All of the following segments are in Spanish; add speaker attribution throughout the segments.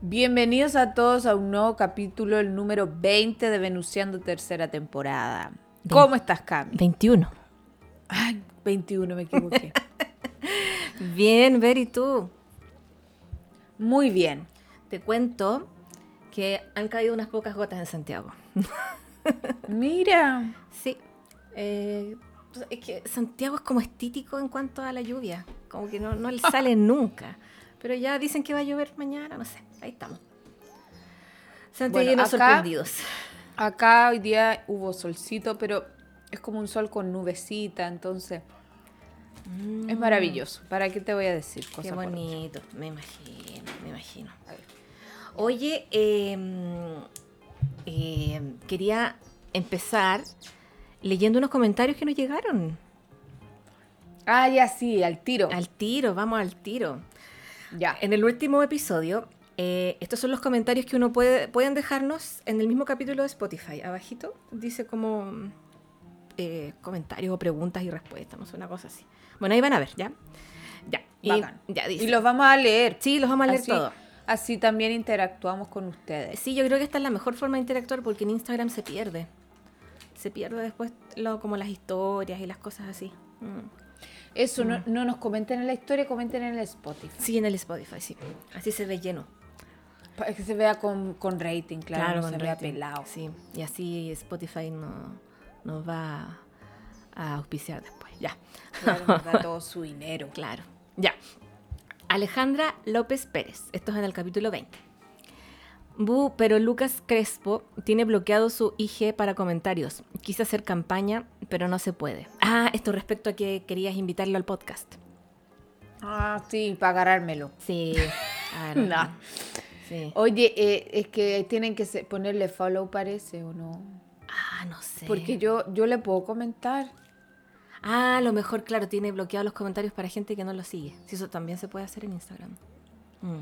Speaker 1: Bienvenidos a todos a un nuevo capítulo, el número 20 de Venuciando tercera temporada.
Speaker 2: Ve-
Speaker 1: ¿Cómo estás, Cami?
Speaker 2: 21.
Speaker 1: Ay, 21, me equivoqué.
Speaker 2: Bien, Ver, ¿y tú?
Speaker 1: Muy bien.
Speaker 2: Te cuento que han caído unas pocas gotas en Santiago.
Speaker 1: Mira,
Speaker 2: Sí. eh, pues, es que Santiago es como estítico en cuanto a la lluvia. Como que no, no le sale nunca. Pero ya dicen que va a llover mañana, no sé. Ahí estamos. Santiago
Speaker 1: Bueno, acá-
Speaker 2: sorprendidos.
Speaker 1: acá hoy día hubo solcito, pero es como un sol con nubecita, entonces es maravilloso. ¿Para qué te voy a decir
Speaker 2: Mm. Qué
Speaker 1: cosas? por-
Speaker 2: bonito, me imagino, me imagino. Oye, eh, eh, quería empezar leyendo unos comentarios que nos llegaron.
Speaker 1: Ah, ya sí, al tiro.
Speaker 2: Al tiro, vamos al tiro.
Speaker 1: Ya.
Speaker 2: En el último episodio, eh, estos son los comentarios que uno puede pueden dejarnos en el mismo capítulo de Spotify. Abajito dice como eh, comentarios o preguntas y respuestas, no sé, una cosa así. Bueno, ahí van a ver, ¿ya? Ya, y,
Speaker 1: Bacán.
Speaker 2: ya dice.
Speaker 1: Y los vamos a leer.
Speaker 2: Sí, los vamos a leer
Speaker 1: así,
Speaker 2: todos.
Speaker 1: así también interactuamos con ustedes.
Speaker 2: Sí, yo creo que esta es la mejor forma de interactuar porque en Instagram se pierde. Se pierde después lo, como las historias y las cosas así. Mm.
Speaker 1: Eso, no, no nos comenten en la historia, comenten en el Spotify.
Speaker 2: Sí, en el Spotify, sí. Así se ve lleno.
Speaker 1: Para que se vea con, con rating, claro, no
Speaker 2: con
Speaker 1: se vea
Speaker 2: rating.
Speaker 1: pelado.
Speaker 2: Sí, y así Spotify no, nos va a auspiciar después. Ya,
Speaker 1: Claro, nos da todo su dinero.
Speaker 2: claro. Ya. Alejandra López Pérez. Esto es en el capítulo 20. Bu, pero Lucas Crespo tiene bloqueado su IG para comentarios. Quise hacer campaña, pero no se puede. Ah, esto respecto a que querías invitarlo al podcast.
Speaker 1: Ah, sí, para agarrármelo.
Speaker 2: Sí. Ah,
Speaker 1: No.
Speaker 2: Sí.
Speaker 1: Oye, eh, es que tienen que se- ponerle follow, parece, ¿o no?
Speaker 2: Ah, no sé.
Speaker 1: Porque yo, yo le puedo comentar.
Speaker 2: Ah, a lo mejor, claro, tiene bloqueados los comentarios para gente que no lo sigue. Si eso también se puede hacer en Instagram. Mm.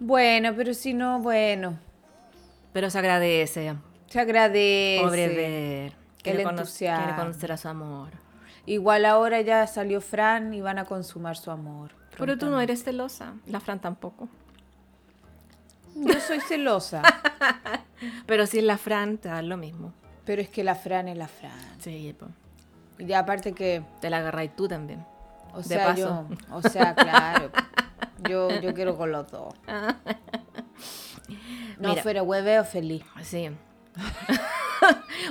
Speaker 1: Bueno, pero si no, bueno,
Speaker 2: Pero se agradece.
Speaker 1: se agradece.
Speaker 2: Pobre ver. Quiere,
Speaker 1: El
Speaker 2: cono-
Speaker 1: entusiasmo.
Speaker 2: quiere conocer a su amor.
Speaker 1: Igual ahora ya salió Fran y van a consumar su amor.
Speaker 2: Pero tú no eres celosa. La Fran tampoco.
Speaker 1: Yo soy celosa,
Speaker 2: Pero si es la Fran, te da lo mismo.
Speaker 1: pero es que la Fran es la Fran.
Speaker 2: Sí,
Speaker 1: Y aparte que
Speaker 2: Te la agarras tú también.
Speaker 1: O
Speaker 2: De
Speaker 1: sea,
Speaker 2: paso.
Speaker 1: yo, o sea, claro. Yo, yo quiero con los dos. No,
Speaker 2: Mira.
Speaker 1: pero hueveo feliz.
Speaker 2: Sí.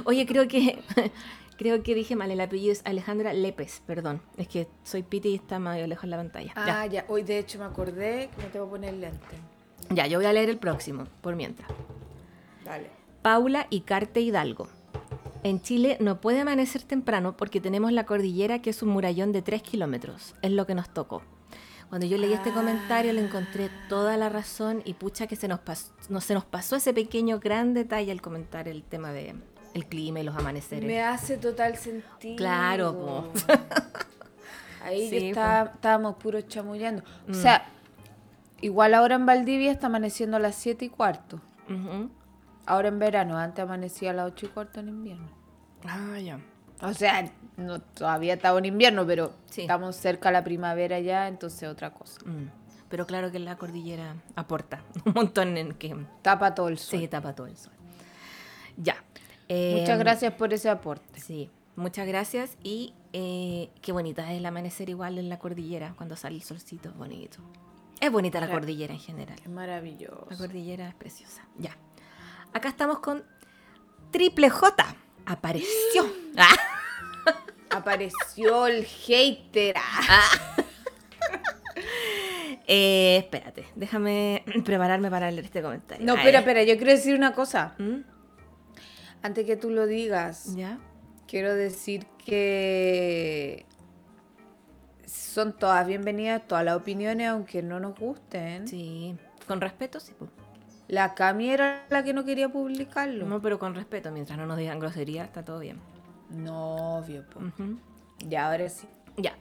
Speaker 2: Oye, creo que creo que dije mal. El apellido es Alejandra Lépez, perdón. Es que soy Piti y está medio lejos la pantalla. Ya.
Speaker 1: Ah, ya. Hoy de hecho me acordé que me tengo que poner lente.
Speaker 2: Ya, yo voy a leer el próximo, por mientras.
Speaker 1: Dale.
Speaker 2: Paula y Carte Hidalgo. En Chile no puede amanecer temprano porque tenemos la cordillera que es un murallón de 3 kilómetros. Es lo que nos tocó. Cuando yo leí este comentario le encontré toda la razón y pucha que se nos, pas- no, se nos pasó ese pequeño gran detalle al comentar el tema de el clima y los amaneceres.
Speaker 1: Me hace total sentido.
Speaker 2: Claro, po.
Speaker 1: Ahí
Speaker 2: Sí, Mm.
Speaker 1: que está- estábamos puros chamullando. O sea, igual ahora en Valdivia está amaneciendo a las 7 y cuarto.
Speaker 2: Ujú.
Speaker 1: Ahora en verano, antes amanecía a las 8 y cuarto en invierno.
Speaker 2: Ah, ya.
Speaker 1: O sea, no, todavía estamos en invierno, pero
Speaker 2: Sí.
Speaker 1: estamos cerca a la primavera ya, entonces otra cosa.
Speaker 2: Mm. Pero claro que la cordillera aporta un montón en que
Speaker 1: Tapa todo el sol.
Speaker 2: se tapa todo el sol. Ya.
Speaker 1: Muchas
Speaker 2: Em,
Speaker 1: gracias por ese aporte.
Speaker 2: Sí, muchas gracias y eh, qué bonita es el amanecer igual en la cordillera cuando sale el solcito, es bonito. Es bonita la
Speaker 1: Claro.
Speaker 2: cordillera en general.
Speaker 1: Es maravilloso.
Speaker 2: La cordillera es preciosa. Ya. Acá estamos con Triple J. Apareció. Ah,
Speaker 1: Apareció el hater.
Speaker 2: Ah,
Speaker 1: Ah,
Speaker 2: eh, espérate, déjame prepararme para leer este comentario.
Speaker 1: No,
Speaker 2: A
Speaker 1: espera,
Speaker 2: ver.
Speaker 1: espera, yo quiero decir una cosa.
Speaker 2: ¿Mm?
Speaker 1: Antes que tú lo digas,
Speaker 2: ¿Ya?
Speaker 1: Quiero decir que son todas bienvenidas, todas las opiniones, aunque no nos gusten.
Speaker 2: Sí, con respeto, sí. pues. po.
Speaker 1: La Cami era la que no quería publicarlo.
Speaker 2: No, pero con respeto, mientras no nos digan grosería, está todo bien.
Speaker 1: No, obvio, po.
Speaker 2: Ujú.
Speaker 1: Ya, ahora sí.
Speaker 2: Ya.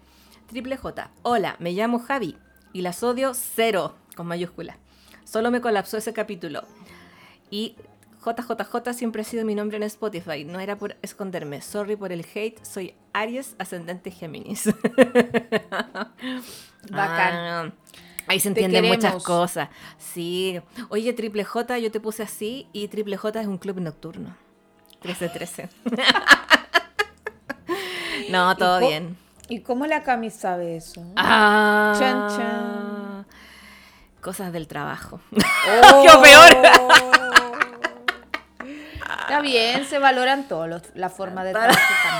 Speaker 2: Triple J. Hola, me llamo Javi y las odio cero, con mayúscula. Solo me colapsó ese capítulo. Y JJJ siempre ha sido mi nombre en Spotify. No era por esconderme. Sorry por el hate. Soy Aries, ascendente Géminis.
Speaker 1: Bacán.
Speaker 2: Ah, ahí se entienden
Speaker 1: queremos.
Speaker 2: muchas cosas. Sí. Oye, Triple J, yo te puse así y Triple J es un club nocturno. 13-13. no, todo
Speaker 1: ¿Y co-
Speaker 2: bien.
Speaker 1: ¿Y cómo la Cami sabe eso?
Speaker 2: Ah.
Speaker 1: Chan, chan.
Speaker 2: Cosas del trabajo.
Speaker 1: ¡Qué peor! Está bien, se valoran todos los- las formas de trabajo. Cami.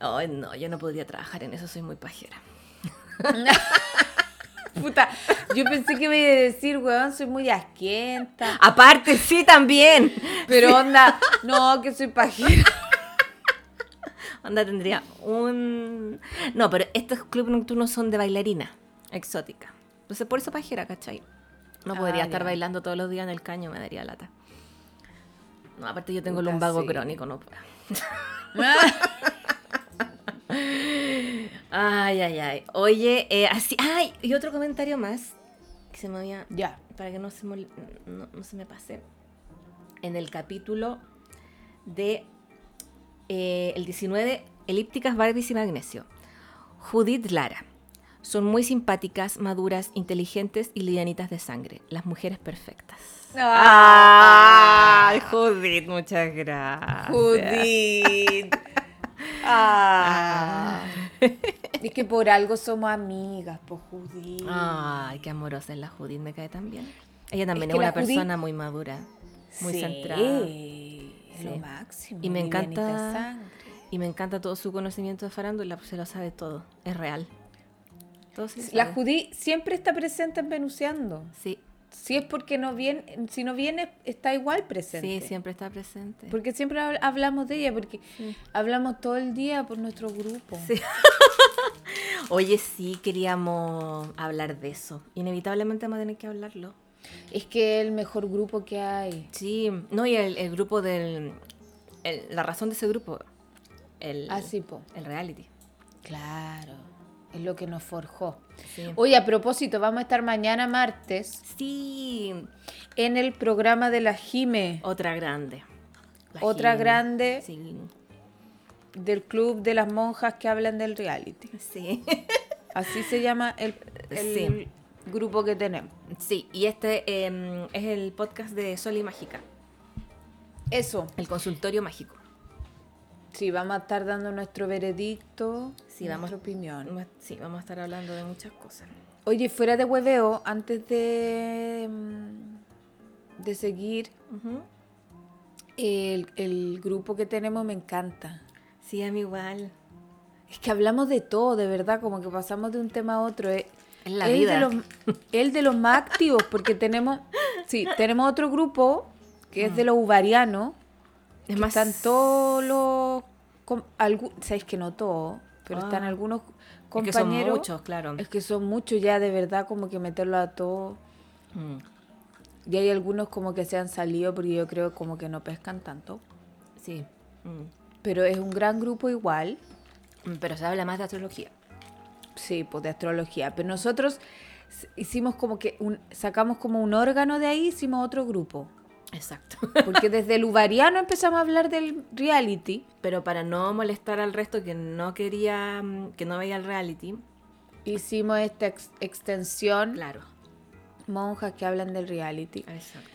Speaker 2: Ay, no, yo no podría trabajar en eso, soy muy pajera.
Speaker 1: Puta, yo pensé que me iba a decir, weón, soy muy asquienta.
Speaker 2: Aparte, sí, también.
Speaker 1: Pero onda, no, que soy pajera.
Speaker 2: Onda tendría un. No, pero estos clubes nocturnos son de bailarina exótica. Entonces, por eso pajera, ¿cachai? No
Speaker 1: Ah,
Speaker 2: podría estar
Speaker 1: ya.
Speaker 2: bailando todos los días en el caño, me daría lata. No, aparte, yo tengo
Speaker 1: Puta,
Speaker 2: lumbago
Speaker 1: sí.
Speaker 2: crónico, no puedo. Ay, ay, ay. Oye, eh, así. Ay, y otro comentario más que se me había.
Speaker 1: ya.
Speaker 2: para que no se, mol- no, no se me pase, en el capítulo de eh, el 19, elípticas, Barbies y magnesio. Judith Lara. Son muy simpáticas, maduras, inteligentes y livianitas de sangre. Las mujeres perfectas. Ah.
Speaker 1: ¡Ay,
Speaker 2: Judith! Muchas gracias.
Speaker 1: Ah, Judith. Ah. Es que por algo somos amigas, por Judith.
Speaker 2: Ay, qué amorosa es la Judith, me cae tan bien. Ella también
Speaker 1: que
Speaker 2: es,
Speaker 1: la
Speaker 2: una
Speaker 1: Judith-
Speaker 2: persona muy madura, muy
Speaker 1: Sí,
Speaker 2: centrada.
Speaker 1: es Lo
Speaker 2: Sí.
Speaker 1: máximo.
Speaker 2: Y me
Speaker 1: livianita de
Speaker 2: encanta-
Speaker 1: sangre.
Speaker 2: Y me encanta todo su conocimiento de farándula, pues se lo sabe todo, es real. Todo se lo
Speaker 1: La
Speaker 2: sabe.
Speaker 1: Judith siempre está presente en Venuseando.
Speaker 2: Sí,
Speaker 1: Si es porque no viene, si no viene, está igual presente.
Speaker 2: sí, siempre está presente.
Speaker 1: Porque siempre habl- hablamos de ella, porque hablamos todo el día por nuestro grupo.
Speaker 2: Sí. Oye, sí, queríamos hablar de eso. Inevitablemente vamos a tener que hablarlo.
Speaker 1: Es que es el mejor grupo que hay.
Speaker 2: Sí, no, y el, el grupo del... el- la razón de ese grupo, el,
Speaker 1: Así, po.
Speaker 2: el reality.
Speaker 1: Claro. Es lo que nos forjó.
Speaker 2: Sí.
Speaker 1: Oye, a propósito, vamos a estar mañana martes
Speaker 2: Sí,
Speaker 1: en el programa de la Jime,
Speaker 2: otra grande. La
Speaker 1: otra
Speaker 2: Jimena.
Speaker 1: grande
Speaker 2: Sí,
Speaker 1: del club de las monjas que hablan del reality.
Speaker 2: sí.
Speaker 1: Así se llama el, el
Speaker 2: Sí.
Speaker 1: grupo que tenemos.
Speaker 2: Sí, y este eh, es el podcast de Sol y Mágica,
Speaker 1: Eso.
Speaker 2: el consultorio mágico.
Speaker 1: Sí, vamos a estar dando nuestro veredicto,
Speaker 2: Sí, vamos.
Speaker 1: nuestra opinión.
Speaker 2: Vamos- Sí, vamos a estar hablando de muchas cosas.
Speaker 1: Oye, fuera de hueveo, antes de, mm, de seguir, el, el grupo que tenemos me encanta.
Speaker 2: Sí, a mí igual.
Speaker 1: Es que hablamos de todo, de verdad, como que pasamos de un tema a otro. Es,
Speaker 2: Es la
Speaker 1: es el
Speaker 2: vida.
Speaker 1: De los, el de los más activos, porque tenemos, sí, tenemos otro grupo que
Speaker 2: Mm.
Speaker 1: es de los uvarianos.
Speaker 2: Es
Speaker 1: que
Speaker 2: más,
Speaker 1: están todos los... com- algu- Sabéis que no todos, pero están
Speaker 2: Ah.
Speaker 1: algunos
Speaker 2: es que son
Speaker 1: compañeros.
Speaker 2: muchos, claro.
Speaker 1: Es que son muchos ya, de verdad, como que meterlo a todos.
Speaker 2: Mm.
Speaker 1: Y hay algunos como que se han salido porque yo creo como que no pescan tanto.
Speaker 2: Sí. Mm.
Speaker 1: Pero es un gran grupo igual.
Speaker 2: Mm, Pero se habla más de astrología.
Speaker 1: Sí, pues de astrología. Pero nosotros s- hicimos como que un, sacamos como un órgano de ahí, hicimos otro grupo.
Speaker 2: Exacto.
Speaker 1: Porque desde el uvariano empezamos a hablar del reality.
Speaker 2: Pero para no molestar al resto que no quería, mm, que no veía el reality,
Speaker 1: Hicimos esta ex- extensión,
Speaker 2: claro.
Speaker 1: monjas que hablan del reality.
Speaker 2: Exacto.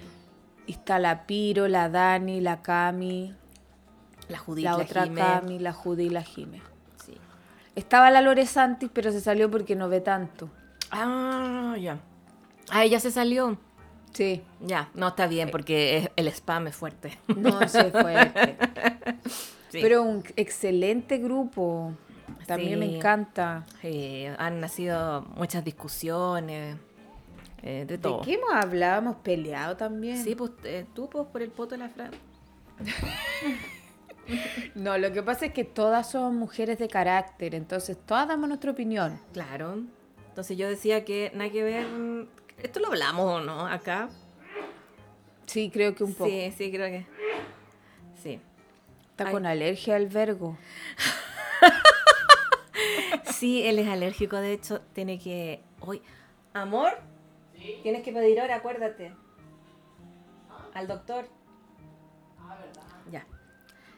Speaker 1: Y está la Piro, la Dani, la Cami,
Speaker 2: La Judith,
Speaker 1: la,
Speaker 2: la,
Speaker 1: otra
Speaker 2: Jime.
Speaker 1: Cami, la Judy y la Jime.
Speaker 2: Sí.
Speaker 1: Estaba la Lore Santis, pero se salió porque no ve tanto.
Speaker 2: Ah, ya. Ah, ella se salió.
Speaker 1: Sí,
Speaker 2: Ya, no está bien porque es- el spam es fuerte.
Speaker 1: no se fue. este.
Speaker 2: Sí.
Speaker 1: Pero un excelente grupo. También me
Speaker 2: Sí.
Speaker 1: encanta.
Speaker 2: Eh, han nacido muchas discusiones, eh, de
Speaker 1: ¿De
Speaker 2: todo.
Speaker 1: qué hemos hablado? Hemos peleado también.
Speaker 2: Sí, pues eh, tú pues, por el poto de la Fran.
Speaker 1: No, lo que pasa es que todas son mujeres de carácter, entonces todas damos nuestra opinión.
Speaker 2: Claro. Entonces yo decía que nada que ver. Esto lo hablamos o no acá.
Speaker 1: Sí, creo que un poco.
Speaker 2: Sí, sí, creo que. Sí.
Speaker 1: Está
Speaker 2: Ay.
Speaker 1: con alergia al vergo.
Speaker 2: Sí, él es alérgico, de hecho, tiene que. Hoy. ¿Amor? Tienes que pedir hora, acuérdate. Al doctor. Ya.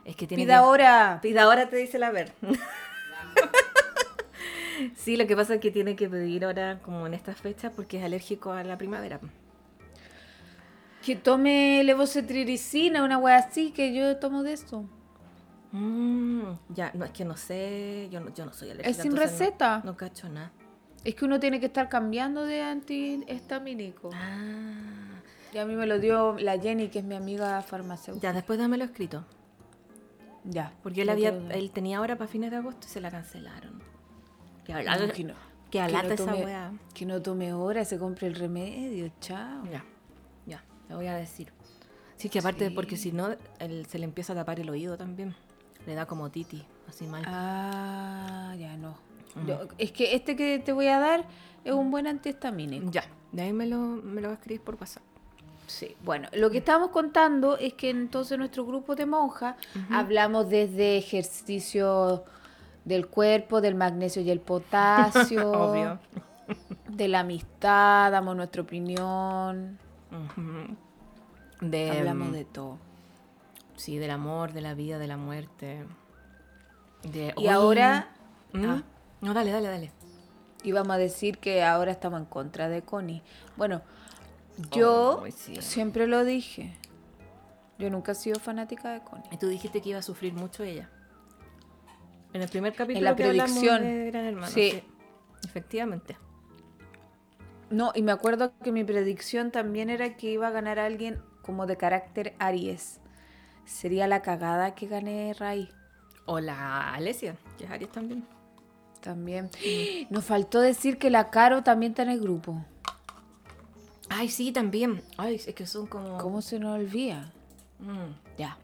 Speaker 2: Es que tiene
Speaker 1: Pida
Speaker 2: que-
Speaker 1: ahora.
Speaker 2: Pida ahora te dice la ver. sí, lo que pasa es que tiene que pedir ahora como en estas fechas porque es alérgico a la primavera.
Speaker 1: Que tome levocetricina, una wea así, que yo tomo de eso.
Speaker 2: Mm, ya, no es que no sé, yo no, yo no soy alérgica.
Speaker 1: sin
Speaker 2: entonces no-
Speaker 1: receta.
Speaker 2: No, cacho nada.
Speaker 1: Es que uno tiene que estar cambiando de antihistamínico.
Speaker 2: Ah,
Speaker 1: Y a mí me lo dio la Jenny, que es mi amiga farmacéutica.
Speaker 2: ya, después dámelo escrito.
Speaker 1: Ya.
Speaker 2: Porque él,
Speaker 1: Yo
Speaker 2: había,
Speaker 1: creo que-
Speaker 2: él tenía ahora para fines de agosto y se la cancelaron. Que
Speaker 1: No,
Speaker 2: hablata,
Speaker 1: que no.
Speaker 2: que hablata
Speaker 1: no
Speaker 2: esa
Speaker 1: tome-
Speaker 2: weá.
Speaker 1: Que no tome hora, se compre el remedio, chao.
Speaker 2: Ya, ya, te voy a decir. Sí, que aparte, porque si no, él se le empieza a tapar el oído también. Le da como titi, así mal.
Speaker 1: Ah, ya no.
Speaker 2: Mm.
Speaker 1: Yo- es que este que te voy a dar es un buen antihistamínico.
Speaker 2: Ya, de ahí me lo, me lo escribís por WhatsApp.
Speaker 1: Sí, bueno, lo que estábamos contando es que entonces nuestro grupo de monjas hablamos desde ejercicio del cuerpo, del magnesio y el potasio,
Speaker 2: Obvio.
Speaker 1: de la amistad, damos nuestra opinión,
Speaker 2: De,
Speaker 1: hablamos
Speaker 2: mm,
Speaker 1: de todo.
Speaker 2: Sí, del amor, de la vida, de la muerte. De,
Speaker 1: Y ahora-
Speaker 2: ¿Mm?
Speaker 1: Ah.
Speaker 2: No, dale, dale, dale.
Speaker 1: Y vamos a decir que ahora estamos en contra de Connie. Bueno, yo
Speaker 2: Ay, sí.
Speaker 1: siempre lo dije. Yo nunca he sido fanática de Connie.
Speaker 2: Y tú dijiste que iba a sufrir mucho ella. En el primer capítulo
Speaker 1: la
Speaker 2: que hablamos
Speaker 1: predicción.
Speaker 2: de Gran Hermano.
Speaker 1: Sí.
Speaker 2: Efectivamente.
Speaker 1: No, y me acuerdo que mi predicción también era que iba a ganar alguien como de carácter Aries. Sería la cagada que gané Ray
Speaker 2: O la Alesia, que es Aries también.
Speaker 1: también.
Speaker 2: Mm.
Speaker 1: Nos faltó decir que la Caro también está en el grupo.
Speaker 2: Ay, sí, también. Ay, es que son como...
Speaker 1: ¿Cómo se nos olvida?
Speaker 2: Mm,
Speaker 1: Ya.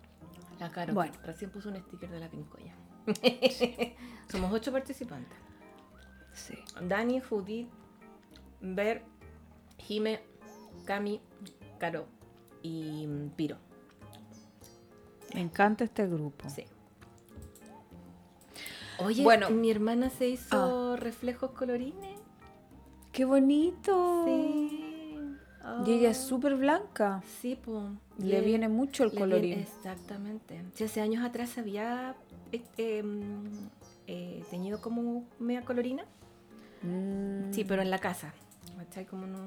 Speaker 2: la cara.
Speaker 1: Bueno.
Speaker 2: Recién puso un sticker de la pincoya. Somos ocho participantes.
Speaker 1: Sí.
Speaker 2: Dani, Judith, Ber, Jime, Cami, Caro y mm, Piro.
Speaker 1: Me encanta este grupo.
Speaker 2: Sí. Oye,
Speaker 1: Bueno. Ah.
Speaker 2: mi hermana se hizo reflejos colorines.
Speaker 1: ¡Qué bonito!
Speaker 2: Sí.
Speaker 1: Oh. Y ella es
Speaker 2: Oh,
Speaker 1: súper blanca.
Speaker 2: Sí, po.
Speaker 1: Le
Speaker 2: Y-
Speaker 1: viene mucho el
Speaker 2: le viene-
Speaker 1: colorín.
Speaker 2: exactamente. Si hace años atrás había este, mm, eh, teñido como media colorina.
Speaker 1: Mm.
Speaker 2: Sí, pero en la casa. ¿Cachai? Como no.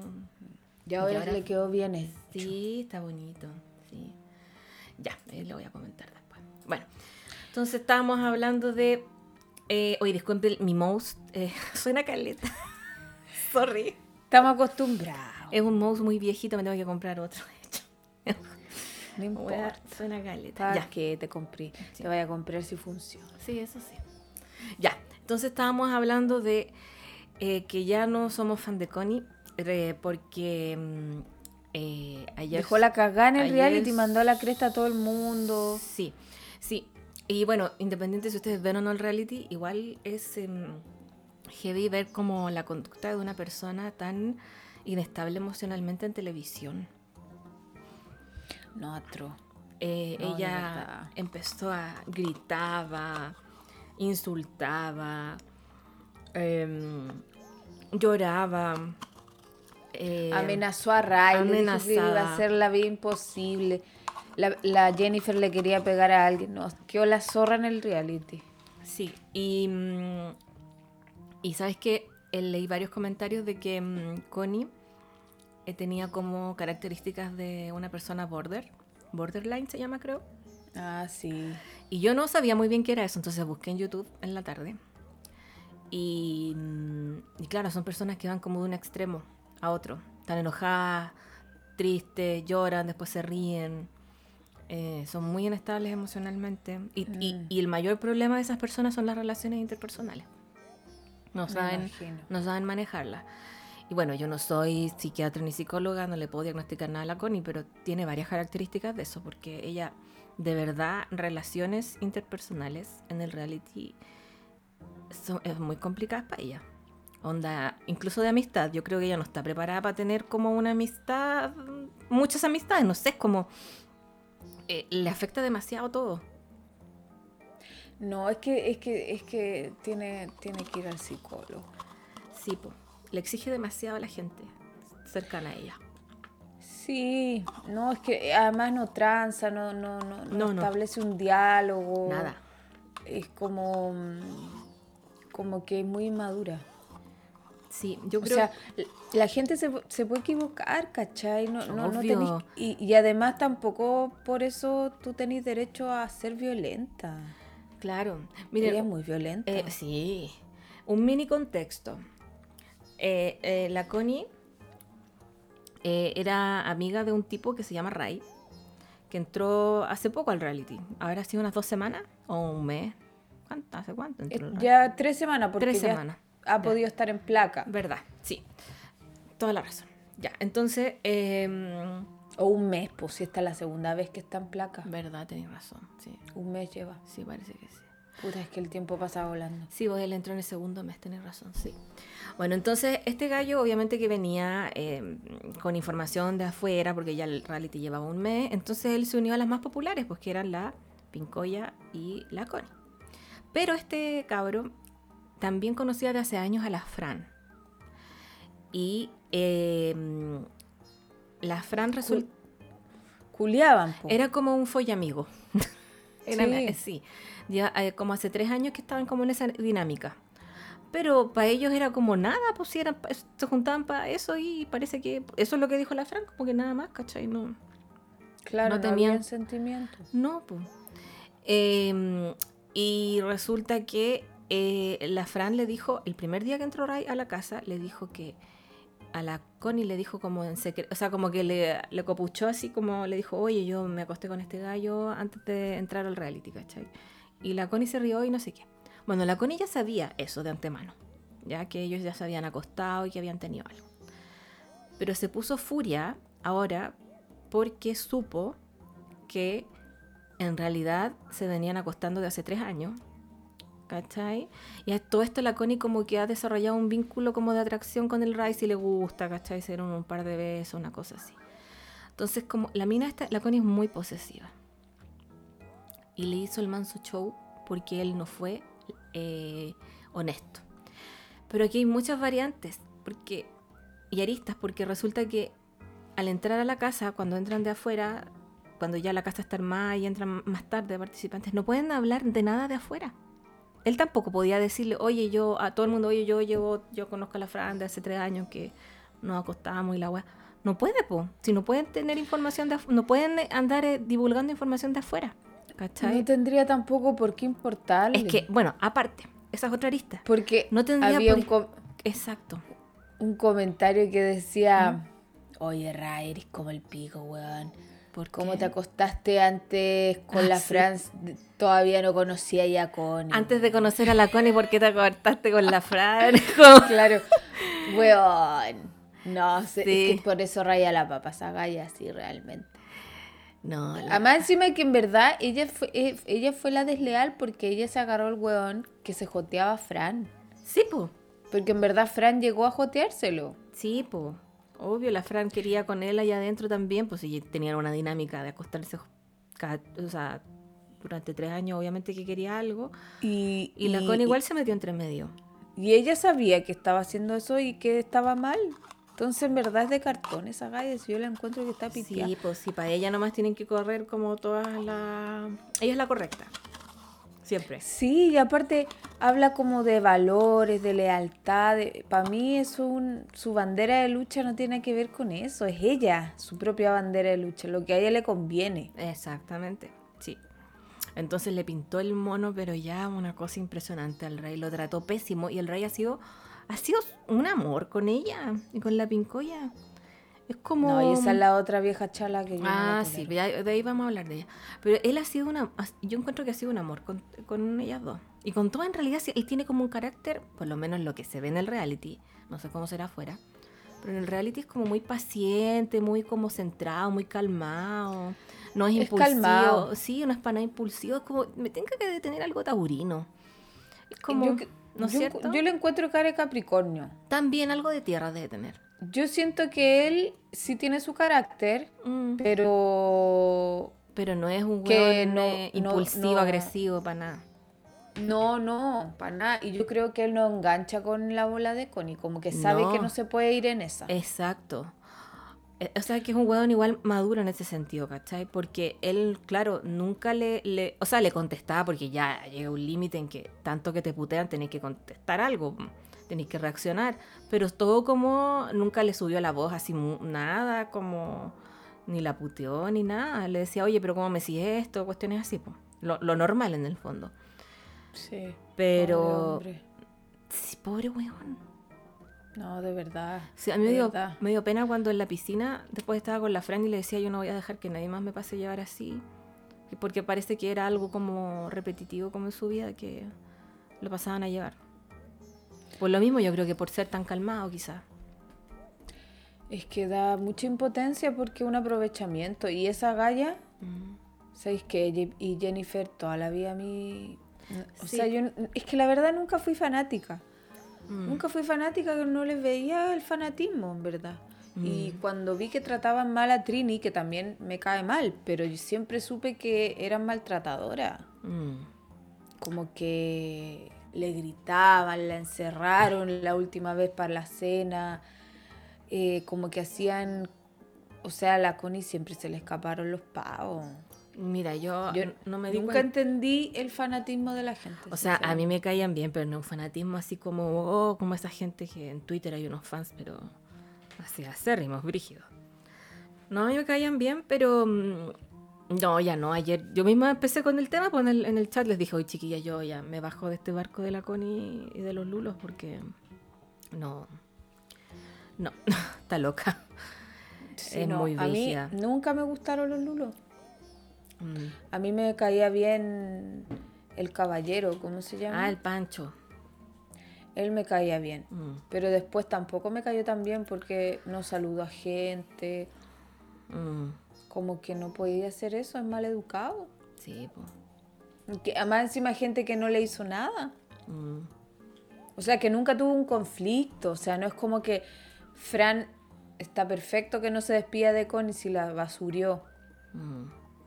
Speaker 1: Y ahora,
Speaker 2: Y ahora-
Speaker 1: le quedó bien. hecho.
Speaker 2: Sí, está bonito. Sí. Ya, eh, lo voy a comentar después. Bueno, entonces estábamos hablando de. Eh, oye, disculpe, mi mouse eh, suena caleta. Sorry.
Speaker 1: Estamos acostumbrados.
Speaker 2: Es un mouse muy viejito, me tengo que comprar otro, de hecho.
Speaker 1: No
Speaker 2: Wea,
Speaker 1: importa.
Speaker 2: suena caleta.
Speaker 1: ¿Para
Speaker 2: Ya.
Speaker 1: qué te compré? Te vaya a comprar si funciona.
Speaker 2: Sí, eso sí. Ya, entonces estábamos hablando de eh, que ya no somos fan de Connie eh, porque mm, eh, ayer...
Speaker 1: Dejó la cagada en el
Speaker 2: ayer
Speaker 1: reality y mandó a la cresta a todo el mundo.
Speaker 2: Sí, sí. Y bueno, independiente si ustedes ven o no el reality, igual es em, heavy ver como la conducta de una persona tan inestable emocionalmente en televisión.
Speaker 1: No, atro.
Speaker 2: Eh,
Speaker 1: No, de
Speaker 2: ella
Speaker 1: verdad.
Speaker 2: empezó a gritaba, insultaba, em, lloraba. eh,
Speaker 1: Amenazó a Riley. Amenazó. que iba a
Speaker 2: amenazada.
Speaker 1: hacer la vida imposible. La, la Jennifer le quería pegar a alguien. No, quedó la zorra en el reality.
Speaker 2: Sí, y, mm, y sabes que leí varios comentarios de que mm, Connie eh, tenía como características de una persona border, borderline se llama creo,
Speaker 1: Ah, sí.
Speaker 2: y yo no sabía muy bien qué era eso, entonces busqué en YouTube en la tarde. Y, mm, y claro, son personas que van como de un extremo a otro. Están enojadas, tristes, lloran, después se ríen. Eh, son muy inestables emocionalmente. Y, y-
Speaker 1: Mm.
Speaker 2: y el mayor problema de esas personas son las relaciones interpersonales. No
Speaker 1: Me
Speaker 2: saben,
Speaker 1: imagino.
Speaker 2: no saben manejarlas. Y bueno, yo no soy psiquiatra ni psicóloga, no le puedo diagnosticar nada a la Connie, pero tiene varias características de eso, porque ella de verdad, relaciones interpersonales en el reality son, es muy complicadas para ella. Onda, incluso de amistad. Yo creo que ella no está preparada para tener como una amistad, muchas amistades, no sé, es como... eh, le afecta demasiado todo.
Speaker 1: No, es que, es que, es que tiene, tiene que ir al psicólogo.
Speaker 2: Sí, po. le exige demasiado a la gente cercana a ella.
Speaker 1: Sí, no, es que eh, además no tranza, no, no, no, no
Speaker 2: No, no.
Speaker 1: establece un diálogo.
Speaker 2: Nada.
Speaker 1: Es como, mm, como que es muy inmadura.
Speaker 2: Sí, yo
Speaker 1: O
Speaker 2: creo...
Speaker 1: sea, l- la gente se, pu- se puede equivocar, ¿cachai? No, no, no tenés-
Speaker 2: Obvio.
Speaker 1: y, y además tampoco por eso tú tenés derecho a ser violenta.
Speaker 2: claro.
Speaker 1: Ella
Speaker 2: Miren,
Speaker 1: es muy violenta.
Speaker 2: Eh, sí. Un mini contexto. Eh, eh, la Connie eh, era amiga de un tipo que se llama Ray, que entró hace poco al reality. Habrá sido unas dos semanas o un mes. ¿Cuánto? ¿Hace cuánto entró?
Speaker 1: Eh,
Speaker 2: el reality?
Speaker 1: ya tres semanas, porque
Speaker 2: Tres
Speaker 1: ya
Speaker 2: semanas.
Speaker 1: ha
Speaker 2: Ya.
Speaker 1: podido estar en placa.
Speaker 2: ¿Verdad? Sí. Toda la razón. Ya, entonces, em,
Speaker 1: O un mes, pues si esta es la segunda vez que está en placa.
Speaker 2: verdad, tenéis razón. Sí,
Speaker 1: Un mes lleva.
Speaker 2: sí, parece que sí.
Speaker 1: Puta, es que el tiempo pasa volando.
Speaker 2: Sí, vos él entró en el segundo mes, tenés razón, sí. Bueno, entonces este gallo obviamente que venía eh, con información de afuera, porque ya el reality llevaba un mes, entonces él se unió a las más populares, pues que eran la Pincoya y la Connie. Pero este cabro también conocía de hace años a la Fran. Y eh, la Fran resulta...
Speaker 1: Culeaban, pues.
Speaker 2: Era como un follamigo. Eran,
Speaker 1: Sí.
Speaker 2: eh, sí. Ya, eh, como hace tres años que estaban como en esa dinámica. Pero para ellos era como nada, pues si eran, pa- se juntaban para eso y parece que eso es lo que dijo la Fran, como que nada más, ¿cachai? No,
Speaker 1: claro,
Speaker 2: no
Speaker 1: no,
Speaker 2: tenían-
Speaker 1: habían sentimientos.
Speaker 2: no pues. Eh, y resulta que eh, la Fran le dijo, el primer día que entró Ray a la casa, le dijo que a la Connie le dijo como en secreto, o sea, como que le, le copuchó así, como le dijo, oye, yo me acosté con este gallo antes de entrar al reality, ¿cachai? Y la Connie se rió y no sé qué. Bueno, la Connie ya sabía eso de antemano, ya que ellos ya se habían acostado y que habían tenido algo. Pero se puso furia ahora porque supo que en realidad se venían acostando de hace tres años. ¿Cachai? Y a todo esto la Connie como que ha desarrollado un vínculo como de atracción con el Ray si le gusta, ¿cachai? Se dieron un par de besos, una cosa así. Entonces como la mina esta, la Connie es muy posesiva. Y le hizo el manso show porque él no fue eh, honesto. Pero aquí hay muchas variantes porque, y aristas, porque resulta que al entrar a la casa, cuando entran de afuera, cuando ya la casa está armada y entran más tarde participantes, no pueden hablar de nada de afuera. Él tampoco podía decirle, oye, yo, a todo el mundo, oye, yo llevo, yo conozco a la Fran de hace tres años que nos acostamos y la weá. No puede, po. Si no pueden tener información de afu- no pueden eh, andar eh, divulgando información de afuera. ¿Cachai?
Speaker 1: No tendría tampoco por qué importarle.
Speaker 2: Es que, bueno, aparte, esa es otra arista.
Speaker 1: Porque
Speaker 2: no tendría
Speaker 1: había
Speaker 2: por-
Speaker 1: un, com-
Speaker 2: Exacto.
Speaker 1: un comentario que decía: Oye, Ray, eres como el pico, weón.
Speaker 2: ¿Por
Speaker 1: ¿Cómo
Speaker 2: ¿Mm? qué?
Speaker 1: te acostaste antes con
Speaker 2: Ah,
Speaker 1: la
Speaker 2: sí.
Speaker 1: France? Todavía no conocía ya con.
Speaker 2: Antes de conocer a la Connie, ¿por qué te cortaste con la Fran? Como-
Speaker 1: Claro. Weón. No sé.
Speaker 2: Sí.
Speaker 1: Es que por eso raya la papa Sagaya, sí, realmente.
Speaker 2: No, la-
Speaker 1: Además, encima que en verdad ella fue, eh, ella fue la desleal porque ella se agarró el weón que se joteaba a Fran.
Speaker 2: sí, po.
Speaker 1: Porque en verdad Fran llegó a joteárselo.
Speaker 2: Sí, po. Obvio, la Fran quería con él allá adentro también, pues y tenían una dinámica de acostarse cada- o sea, durante tres años, obviamente que quería algo.
Speaker 1: Y,
Speaker 2: Y la Connie igual se metió entre medio.
Speaker 1: Y ella sabía que estaba haciendo eso y que estaba mal. Entonces, en verdad es de cartón esa galla. Si yo la encuentro que está pitiada.
Speaker 2: Sí, pues sí, para ella nomás tienen que correr como todas las. Ella es la correcta. Siempre.
Speaker 1: Sí, y aparte habla como de valores, de lealtad. Para mí es un, su bandera de lucha no tiene que ver con eso. Es ella, su propia bandera de lucha, lo que a ella le conviene.
Speaker 2: Exactamente, sí. Entonces le pintó el mono, pero ya una cosa impresionante al rey. Lo trató pésimo y el rey ha sido, ha sido un amor con ella y con la pincoya. Es como...
Speaker 1: No, y esa es la otra vieja chala que yo no la
Speaker 2: Ah, sí,
Speaker 1: tolero.
Speaker 2: ya- de ahí vamos a hablar de ella. Pero él ha sido una... ha- Yo encuentro que ha sido un amor con, con ellas dos. Y con todas en realidad, sí, él tiene como un carácter, por lo menos lo que se ve en el reality, no sé cómo será afuera, pero en el reality es como muy paciente, muy como centrado, muy calmado. no es,
Speaker 1: Es
Speaker 2: impulsivo.
Speaker 1: calmado.
Speaker 2: Sí, no es para nada impulsivo. Es como, me tengo que detener algo taurino. Es como,
Speaker 1: yo, que-
Speaker 2: ¿no es
Speaker 1: yo-
Speaker 2: cierto?
Speaker 1: yo le encuentro cara de Capricornio.
Speaker 2: También algo de tierra debe tener.
Speaker 1: Yo siento que él sí tiene su carácter,
Speaker 2: Mm,
Speaker 1: pero
Speaker 2: Pero no es un
Speaker 1: Que
Speaker 2: weón
Speaker 1: no-
Speaker 2: eh,
Speaker 1: no-
Speaker 2: impulsivo,
Speaker 1: no-
Speaker 2: agresivo, para nada.
Speaker 1: no, no, para nada. Y yo creo que él no engancha con la bola de Connie, como que sabe que
Speaker 2: No.
Speaker 1: no se puede ir en esa.
Speaker 2: Exacto. Eh, O sea, que es un huevón igual maduro en ese sentido, ¿cachai? Porque él, claro, nunca le... le- o sea, le contestaba porque ya llega un límite en que tanto que te putean tenés que contestar algo, tenés que reaccionar. Pero todo como... Nunca le subió la voz así mu- nada, como... Ni la puteó ni nada. Le decía, oye, pero ¿cómo me sigues esto? Cuestiones así, po. Lo, lo normal en el fondo.
Speaker 1: Sí.
Speaker 2: Pero...
Speaker 1: pobre hombre.
Speaker 2: Sí, pobre huevón.
Speaker 1: No, de verdad.
Speaker 2: Sí, a mí me
Speaker 1: de
Speaker 2: dio,
Speaker 1: verdad.
Speaker 2: me dio pena cuando en la piscina después estaba con la Fran y le decía yo no voy a dejar que nadie más me pase a llevar así. Y Porque parece que era algo como repetitivo como en su vida que lo pasaban a llevar. Por lo mismo yo creo que por ser tan calmado quizás.
Speaker 1: Es que da mucha impotencia porque un aprovechamiento. Y esa galla, sabéis que ella y Jennifer toda la vida a mí. O
Speaker 2: Sí.
Speaker 1: sea, yo n- es que la verdad nunca fui fanática. Nunca fui fanática, no les veía el fanatismo, en verdad. Y cuando vi que trataban mal a Trini, que también me cae mal, pero yo siempre supe que eran maltratadoras.
Speaker 2: Mm.
Speaker 1: Como que le gritaban, la encerraron la última vez para la cena. eh, como que hacían. O sea, a la Connie siempre se le escaparon los pavos.
Speaker 2: Mira, yo,
Speaker 1: Yo
Speaker 2: Ah, no me di
Speaker 1: Nunca
Speaker 2: cuenta.
Speaker 1: entendí el fanatismo de la gente.
Speaker 2: O sea, a
Speaker 1: sinceramente.
Speaker 2: mí me caían bien, pero no un fanatismo así como, oh, como esa gente que en Twitter hay unos fans, pero así acérrimos, brígidos. No, a mí me caían bien, pero mm, no, ya no, ayer yo misma empecé con el tema, pues en el, en el chat les dije, oye chiquilla, yo ya me bajo de este barco de la Connie y de los lulos porque no, no, está loca.
Speaker 1: Sí,
Speaker 2: es muy
Speaker 1: a mí
Speaker 2: brígida.
Speaker 1: nunca me gustaron los lulos.
Speaker 2: Mm.
Speaker 1: A mí me caía bien el caballero, ¿cómo se llama?
Speaker 2: Ah, el Pancho.
Speaker 1: Él me caía bien.
Speaker 2: Mm.
Speaker 1: Pero después tampoco me cayó tan bien porque no saludó a gente,
Speaker 2: Mm.
Speaker 1: como que no podía hacer eso, es mal educado.
Speaker 2: Sí, pues.
Speaker 1: Que, además encima hay gente que no le hizo nada.
Speaker 2: mm,
Speaker 1: O sea, que nunca tuvo un conflicto. O sea, no es como que Fran está perfecto que no se despida de Connie si la basurió.
Speaker 2: mm.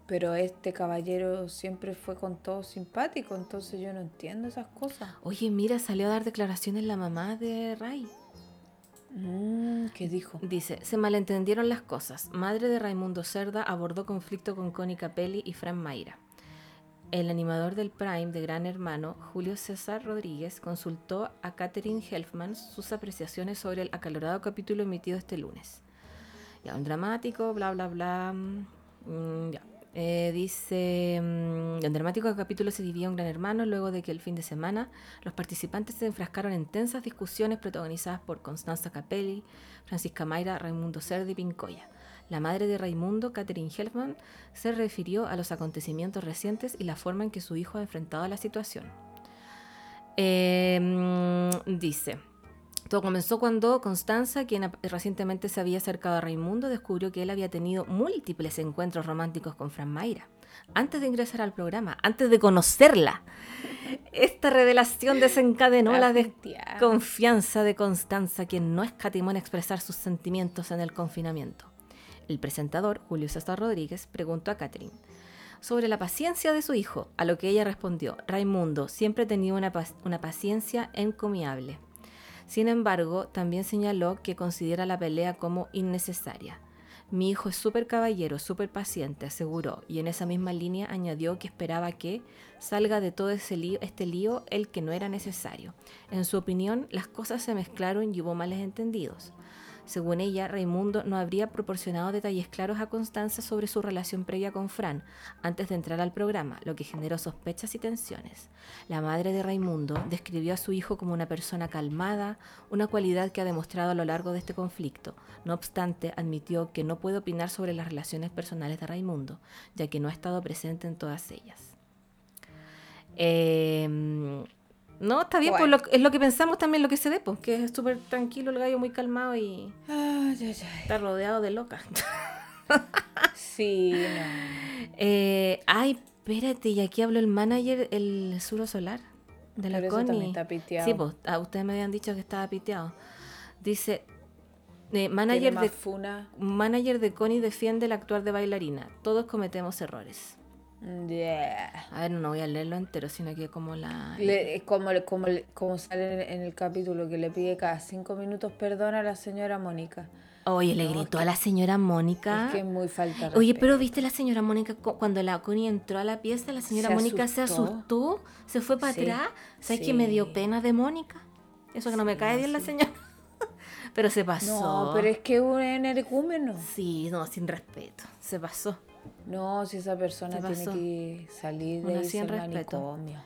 Speaker 1: Pero este caballero siempre fue con todo simpático, entonces yo no entiendo esas cosas.
Speaker 2: Oye, mira, salió a dar declaraciones la mamá de Ray.
Speaker 1: Mm, ¿Qué dijo?
Speaker 2: Dice, se malentendieron las cosas. Madre de Raimundo Cerda abordó conflicto con Connie Capelli y Fran Mayra. El animador del Prime de Gran Hermano, Julio César Rodríguez, consultó a Katherine Helfman sus apreciaciones sobre el acalorado capítulo emitido este lunes. Ya, un dramático, bla, bla, bla. mm, ya. Eh, dice, mm, el dramático capítulo se dividió en Gran Hermano luego de que el fin de semana los participantes se enfrascaron en tensas discusiones protagonizadas por Constanza Capelli, Francisca Mayra, Raimundo Cerda y Pincoya. La madre de Raimundo, Catherine Helfman, se refirió a los acontecimientos recientes y la forma en que su hijo ha enfrentado la situación. Eh, mm, dice, todo comenzó cuando Constanza, quien ap- recientemente se había acercado a Raimundo, descubrió que él había tenido múltiples encuentros románticos con Fran Mayra. Antes de ingresar al programa, antes de conocerla, esta revelación desencadenó la
Speaker 1: bestia.
Speaker 2: desconfianza de Constanza, quien no escatimó en expresar sus sentimientos en el confinamiento. El presentador, Julio César Rodríguez, preguntó a Catherine sobre la paciencia de su hijo, a lo que ella respondió, Raimundo siempre ha tenido una, pac- una paciencia encomiable. Sin embargo, también señaló que considera la pelea como innecesaria. Mi hijo es súper caballero, súper paciente, aseguró, y en esa misma línea añadió que esperaba que salga de todo ese lío- este lío el que no era necesario. En su opinión, las cosas se mezclaron y hubo males entendidos. Según ella, Raimundo no habría proporcionado detalles claros a Constanza sobre su relación previa con Fran antes de entrar al programa, lo que generó sospechas y tensiones. La madre de Raimundo describió a su hijo como una persona calmada, una cualidad que ha demostrado a lo largo de este conflicto. No obstante, admitió que no puede opinar sobre las relaciones personales de Raimundo, ya que no ha estado presente en todas ellas. Eh, no, está bien, pues,
Speaker 1: Bueno.
Speaker 2: lo- es lo que pensamos también, lo que se ve, pues, que es súper tranquilo el gallo, muy calmado y...
Speaker 1: Ay, ay, ay.
Speaker 2: Está rodeado de locas.
Speaker 1: Sí, no.
Speaker 2: Eh, ay, espérate, y aquí habló el manager, el Suro Solar, de la
Speaker 1: Pero eso
Speaker 2: Connie.
Speaker 1: también está piteado.
Speaker 2: Sí, pues, a ustedes me habían dicho que estaba piteado. Dice, eh,
Speaker 1: Tiene
Speaker 2: manager,
Speaker 1: más
Speaker 2: de,
Speaker 1: funa.
Speaker 2: manager de Connie defiende el actuar de bailarina. Todos cometemos errores.
Speaker 1: Mm, Yeah.
Speaker 2: A ver, no voy a leerlo entero, sino que como la...
Speaker 1: Le- es como, como, como sale en el capítulo que le pide cada cinco minutos perdón a la señora Mónica.
Speaker 2: Oye, le gritó a la señora Mónica.
Speaker 1: Es que es muy falta de
Speaker 2: Oye,
Speaker 1: respeto.
Speaker 2: pero viste la señora Mónica cu- cuando la Connie entró a la pieza, la señora
Speaker 1: Se
Speaker 2: Mónica se asustó, se fue para
Speaker 1: Sí,
Speaker 2: atrás. ¿Sabes que me dio
Speaker 1: sí.
Speaker 2: pena de Mónica? Eso que no me cae bien la señora. pero se pasó.
Speaker 1: No, pero es que es un energúmeno.
Speaker 2: Sí, no, sin respeto. Se pasó.
Speaker 1: No, si esa persona
Speaker 2: Te pasó.
Speaker 1: tiene que salir
Speaker 2: Una
Speaker 1: de ese
Speaker 2: sin respeto.
Speaker 1: manicomio.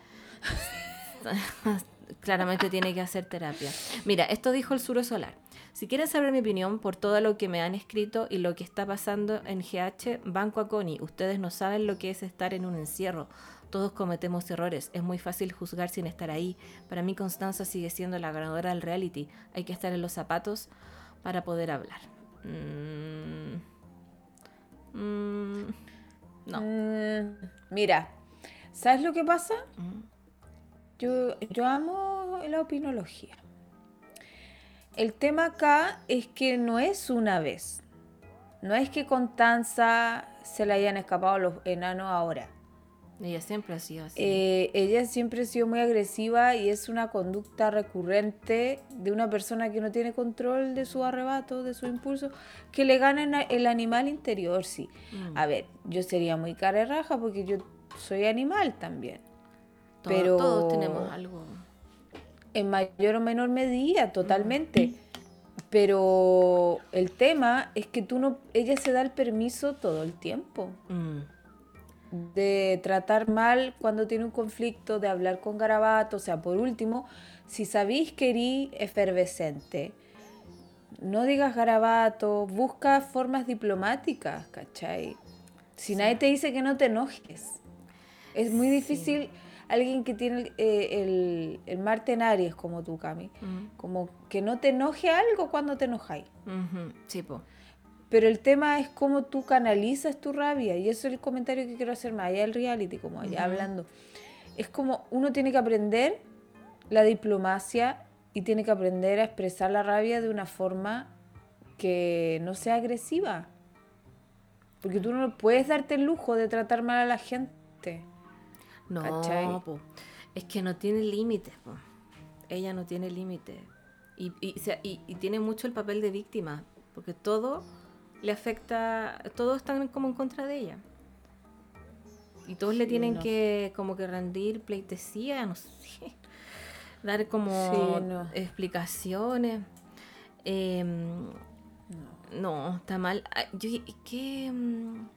Speaker 2: Claramente tiene que hacer terapia. Mira, esto dijo el Suro Solar. Si quieren saber mi opinión por todo lo que me han escrito y lo que está pasando en GH, Banco a Connie, ustedes no saben lo que es estar en un encierro. Todos cometemos errores, es muy fácil juzgar sin estar ahí. Para mí Constanza sigue siendo la ganadora del reality. Hay que estar en los zapatos para poder hablar. Mm. Mm. No.
Speaker 1: Mm, mira, ¿sabes lo que pasa? Yo, yo amo la opinología. El tema acá es que no es una vez. No es que Constanza se le hayan escapado los enanos ahora.
Speaker 2: Ella siempre ha sido así.
Speaker 1: Eh, ella siempre ha sido muy agresiva y es una conducta recurrente de una persona que no tiene control de su arrebato, de su impulso, que le gana en a- el animal interior, sí.
Speaker 2: Mm.
Speaker 1: A ver, yo sería muy cara y raja porque yo soy animal también.
Speaker 2: Todo-
Speaker 1: pero-
Speaker 2: Todos tenemos algo.
Speaker 1: En mayor o menor medida, totalmente. Pero el tema es que tú no, ella se da el permiso todo el tiempo.
Speaker 2: Mm.
Speaker 1: de tratar mal cuando tiene un conflicto, de hablar con garabato, o sea, por último, si sabéis que erí efervescente, no digas garabato, busca formas diplomáticas, ¿cachai? Si nadie te dice que no te enojes. Es muy difícil alguien que tiene eh, el, el Marte en Aries como tú, Cami,
Speaker 2: Mm.
Speaker 1: como que no te enoje algo cuando te enojáis.
Speaker 2: Ujú, Sí, po.
Speaker 1: Pero el tema es cómo tú canalizas tu rabia. Y eso es el comentario que quiero hacer más allá del reality, como allá hablando. Es como uno tiene que aprender la diplomacia y tiene que aprender a expresar la rabia de una forma que no sea agresiva. Porque tú no puedes darte el lujo de tratar mal a la gente.
Speaker 2: No,
Speaker 1: ¿Cachai?
Speaker 2: po. Es que no tiene límites, po. Ella no tiene límites. Y, y, se- y- y tiene mucho el papel de víctima, porque todo le afecta, todos están como en contra de ella. Y todos le
Speaker 1: Sí,
Speaker 2: tienen
Speaker 1: no.
Speaker 2: que como que rendir pleitesía, no sé. Dar como
Speaker 1: Sí, no.
Speaker 2: explicaciones. Em, No, está mal. Ah, Yo, ¿y qué? mm?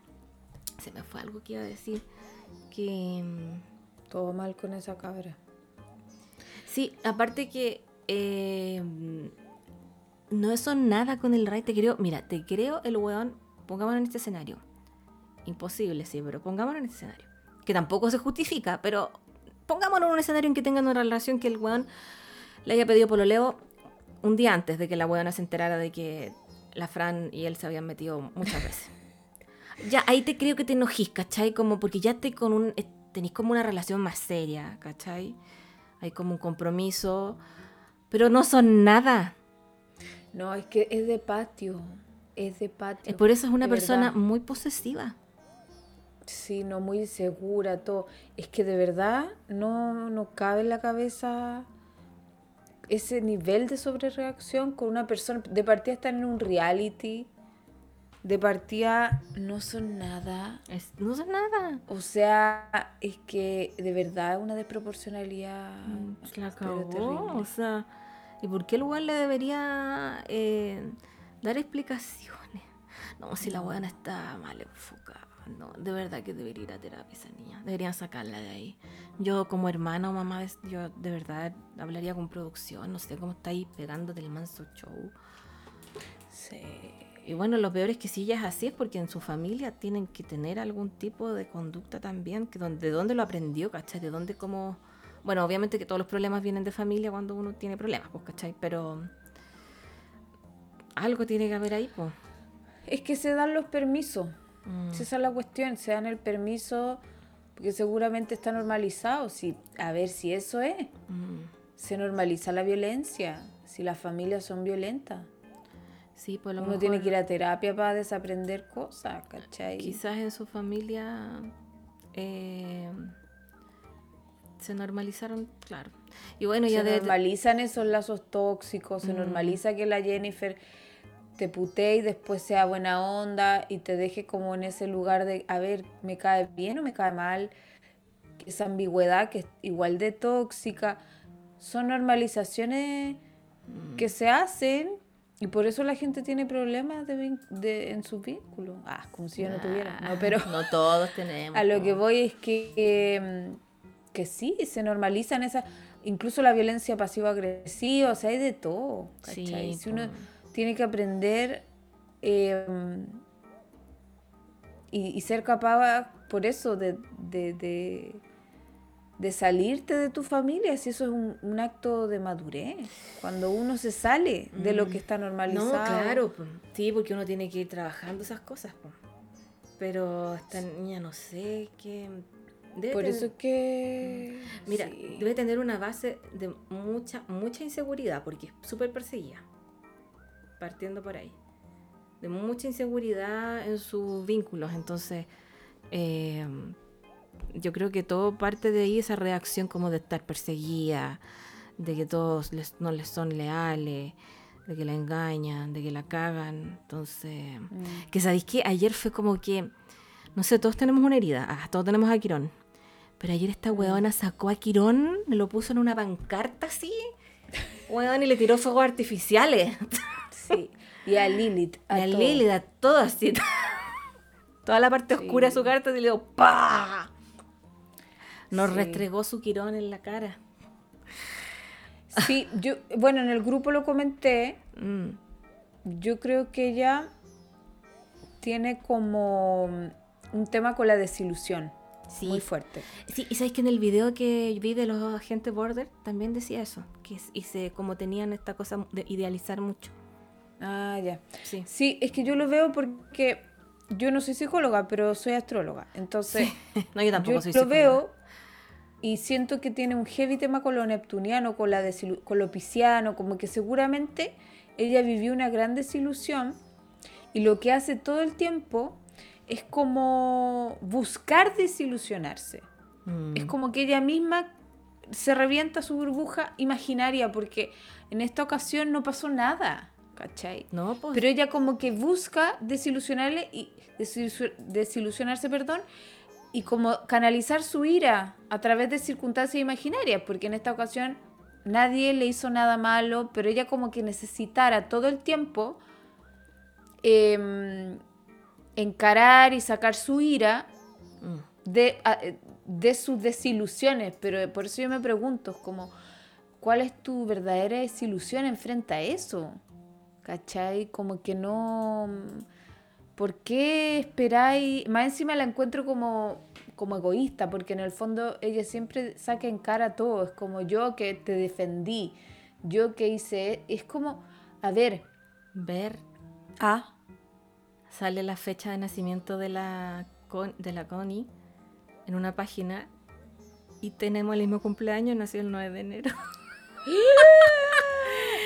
Speaker 2: Se me fue algo que iba a decir. Que. mm,
Speaker 1: Todo mal con esa cabra.
Speaker 2: Sí, aparte que. eh, mm, no son nada con el Ray. Te creo. Mira, te creo el weón. Pongámonos en este escenario. Imposible, sí, pero pongámonos en este escenario. Que tampoco se justifica, pero pongámonos en un escenario en que tengan una relación que el weón le haya pedido pololeo un día antes de que la weona se enterara de que la Fran y él se habían metido muchas veces. ya, ahí te creo que te enojís, ¿cachai? Como porque ya te con un, eh, tenés como una relación más seria, ¿cachai? Hay como un compromiso, pero no son nada.
Speaker 1: No, es que es de patio. Es de patio.
Speaker 2: Eh, Por eso es una
Speaker 1: de
Speaker 2: persona
Speaker 1: verdad.
Speaker 2: muy posesiva.
Speaker 1: Sí, no, muy segura, todo. Es que de verdad no, no cabe en la cabeza ese nivel de sobrereacción con una persona. De partida están en un reality, de partida no son nada.
Speaker 2: Es- no son nada.
Speaker 1: O sea, es que de verdad es una desproporcionalidad.
Speaker 2: Mm, Se la
Speaker 1: pero
Speaker 2: acabó,
Speaker 1: terrible.
Speaker 2: o sea, ¿y por qué el weón le debería eh, dar explicaciones? No, si la weona está mal enfocada, no, de verdad que debería ir a terapia esa niña, deberían sacarla de ahí. Yo como hermana o mamá, es- yo de verdad hablaría con producción, no sé cómo está ahí pegándote el manso show.
Speaker 1: Sí.
Speaker 2: Y bueno, lo peor es que si ella es así es porque en su familia tienen que tener algún tipo de conducta también, que don- de dónde lo aprendió, ¿cachai? De dónde como... Bueno, obviamente que todos los problemas vienen de familia cuando uno tiene problemas, pues, ¿cachai? Pero algo tiene que haber ahí, pues.
Speaker 1: Es que se dan los permisos.
Speaker 2: Mm.
Speaker 1: Si esa es la cuestión, se dan el permiso, porque seguramente está normalizado. Si, a ver si eso es.
Speaker 2: Mm.
Speaker 1: Se normaliza la violencia, si las familias son violentas.
Speaker 2: Sí, por lo
Speaker 1: Uno
Speaker 2: mejor
Speaker 1: tiene que ir a terapia para desaprender cosas, ¿cachai?
Speaker 2: quizás en su familia eh, se normalizaron, claro. Y bueno, ya Mm.
Speaker 1: se
Speaker 2: debe...
Speaker 1: normalizan esos lazos tóxicos, se normaliza que la Jennifer te putee y después sea buena onda y te deje como en ese lugar de, a ver, ¿me cae bien o me cae mal? Esa ambigüedad que es igual de tóxica. Son normalizaciones que se hacen y por eso la gente tiene problemas de vin- de- en sus vínculos. Ah, como si yo no tuviera.
Speaker 2: Ah.
Speaker 1: No, pero...
Speaker 2: No todos tenemos. pues,
Speaker 1: A lo que voy es que, que, mm, que sí, se normalizan esas, incluso la violencia pasivo-agresiva, o sea, hay de todo.
Speaker 2: Sí,
Speaker 1: ¿cachai? si
Speaker 2: po.
Speaker 1: uno tiene que aprender eh, y, y ser capaz, por eso, de, de, de, de salirte de tu familia, si eso es un, un acto de madurez, cuando uno se sale de lo que está normalizado.
Speaker 2: Mm. No, claro, po. sí, porque uno tiene que ir trabajando esas cosas. po. Pero esta niña no sé qué... debe
Speaker 1: Por
Speaker 2: tener-
Speaker 1: eso es que...
Speaker 2: Mira,
Speaker 1: sí.
Speaker 2: debe tener una base de mucha, mucha inseguridad, porque es súper perseguida. Partiendo por ahí. De mucha inseguridad en sus vínculos. Entonces, eh, yo creo que todo parte de ahí, esa reacción como de estar perseguida, de que todos les- no les son leales, de que la engañan, de que la cagan. Entonces,
Speaker 1: Mm.
Speaker 2: que sabéis que ayer fue como que, no sé, todos tenemos una herida, ah, todos tenemos a Quirón. Pero ayer esta weona
Speaker 1: Mm.
Speaker 2: sacó a Quirón, lo puso en una pancarta así, weón, y le tiró fuegos artificiales.
Speaker 1: Sí, y a Lilith.
Speaker 2: A
Speaker 1: A todo.
Speaker 2: Lili, a todo así. Toda la parte oscura de su carta y le dio ¡pa! Nos
Speaker 1: Sí.
Speaker 2: restregó su Quirón en la cara.
Speaker 1: Sí, yo, bueno, en el grupo lo comenté.
Speaker 2: Mm,
Speaker 1: Yo creo que ella tiene como mm, un tema con la desilusión
Speaker 2: Sí.
Speaker 1: muy fuerte.
Speaker 2: Sí, y sabes que en el video que vi de los agentes border también decía eso, que es- y se, como tenían esta cosa de idealizar mucho.
Speaker 1: Ah, ya.
Speaker 2: Sí.
Speaker 1: Sí, es que yo lo veo porque yo no soy psicóloga, pero soy astróloga. Entonces,
Speaker 2: No, yo
Speaker 1: yo
Speaker 2: tampoco soy
Speaker 1: lo
Speaker 2: psicóloga.
Speaker 1: veo y siento que tiene un heavy tema con lo neptuniano, con, la desilu- con lo pisciano, como que seguramente ella vivió una gran desilusión y lo que hace todo el tiempo es como buscar desilusionarse.
Speaker 2: Mm.
Speaker 1: Es como que ella misma se revienta su burbuja imaginaria porque en esta ocasión no pasó nada, ¿cachai?
Speaker 2: No, pues.
Speaker 1: Pero ella como que busca desilusionarle y desilusu- desilusionarse, perdón, y como canalizar su ira a través de circunstancias imaginarias, porque en esta ocasión nadie le hizo nada malo, pero ella como que necesitara todo el tiempo em, encarar y sacar su ira
Speaker 2: Mm.
Speaker 1: de, a- de sus desilusiones, pero por eso yo me pregunto, es como, ¿cuál es tu verdadera desilusión enfrente a eso? ¿Cachai? Como que no... ¿Por qué esperáis? Más encima la encuentro como, como egoísta, porque en el fondo ella siempre saca en cara todo, es como yo que te defendí, yo que hice... Es como, a ver...
Speaker 2: Ver,
Speaker 1: Ah,
Speaker 2: sale la fecha de nacimiento de la, Con- de la Connie en una página y tenemos el mismo cumpleaños, nació el 9 de enero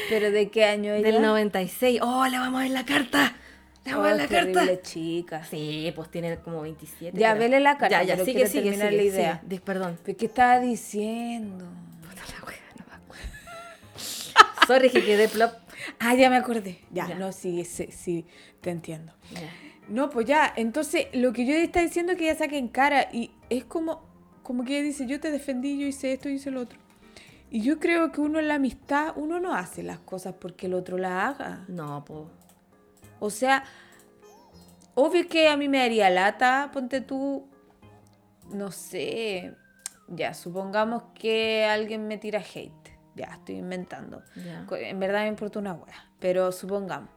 Speaker 1: pero ¿de qué año ella?
Speaker 2: del 96. ¡Oh, le vamos a ver la carta! ¡Le
Speaker 1: Oh,
Speaker 2: vamos a ver la carta!
Speaker 1: terrible chica.
Speaker 2: Sí, pues tiene como 27.
Speaker 1: Ya,
Speaker 2: creo.
Speaker 1: vele la carta,
Speaker 2: Ya, ya,
Speaker 1: pero
Speaker 2: sigue,
Speaker 1: quiero
Speaker 2: sigue,
Speaker 1: terminar
Speaker 2: sigue,
Speaker 1: la idea.
Speaker 2: sigue. Dis- perdón.
Speaker 1: ¿Pero qué estaba diciendo?
Speaker 2: Puta la wea, no me acuerdo. Sorry, que quedé plop.
Speaker 1: Ah, ya me acordé. Ya,
Speaker 2: Ya.
Speaker 1: no, sí, sí, sí, te entiendo.
Speaker 2: Ya.
Speaker 1: No, pues ya, entonces lo que yo está diciendo es que ella saque en cara y es como, como que ella dice, yo te defendí, yo hice esto, yo hice lo otro. Y yo creo que uno en la amistad, uno no hace las cosas porque el otro las haga.
Speaker 2: No, pues.
Speaker 1: O sea, obvio que a mí me haría lata, ponte tú, no sé, ya, supongamos que alguien me tira hate. Ya, estoy inventando.
Speaker 2: Ya.
Speaker 1: Co- En verdad me importa una hueá, pero supongamos.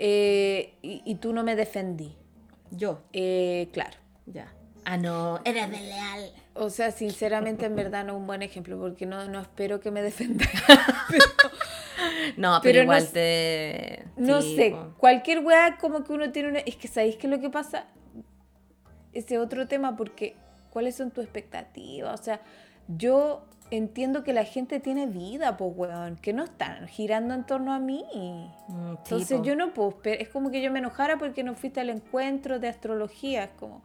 Speaker 1: Eh, y, y tú no me defendí.
Speaker 2: Yo.
Speaker 1: Eh, claro.
Speaker 2: Ya. Ah, no. Eres leal.
Speaker 1: O sea, sinceramente, en verdad no es un buen ejemplo porque no, no espero que me defendas. Pero
Speaker 2: No, pero,
Speaker 1: Pero no
Speaker 2: igual
Speaker 1: s-
Speaker 2: te. mm,
Speaker 1: no
Speaker 2: sí,
Speaker 1: sé,
Speaker 2: po.
Speaker 1: cualquier weá como que uno tiene una... Es que ¿sabéis qué es lo que pasa? ese otro tema porque ¿cuáles son tus expectativas? O sea, yo entiendo que la gente tiene vida, pues, weón, que no están girando en torno a mí.
Speaker 2: Mm, sí,
Speaker 1: Entonces
Speaker 2: po.
Speaker 1: yo no puedo, esper- es como que yo me enojara porque no fuiste al encuentro de astrología, es como,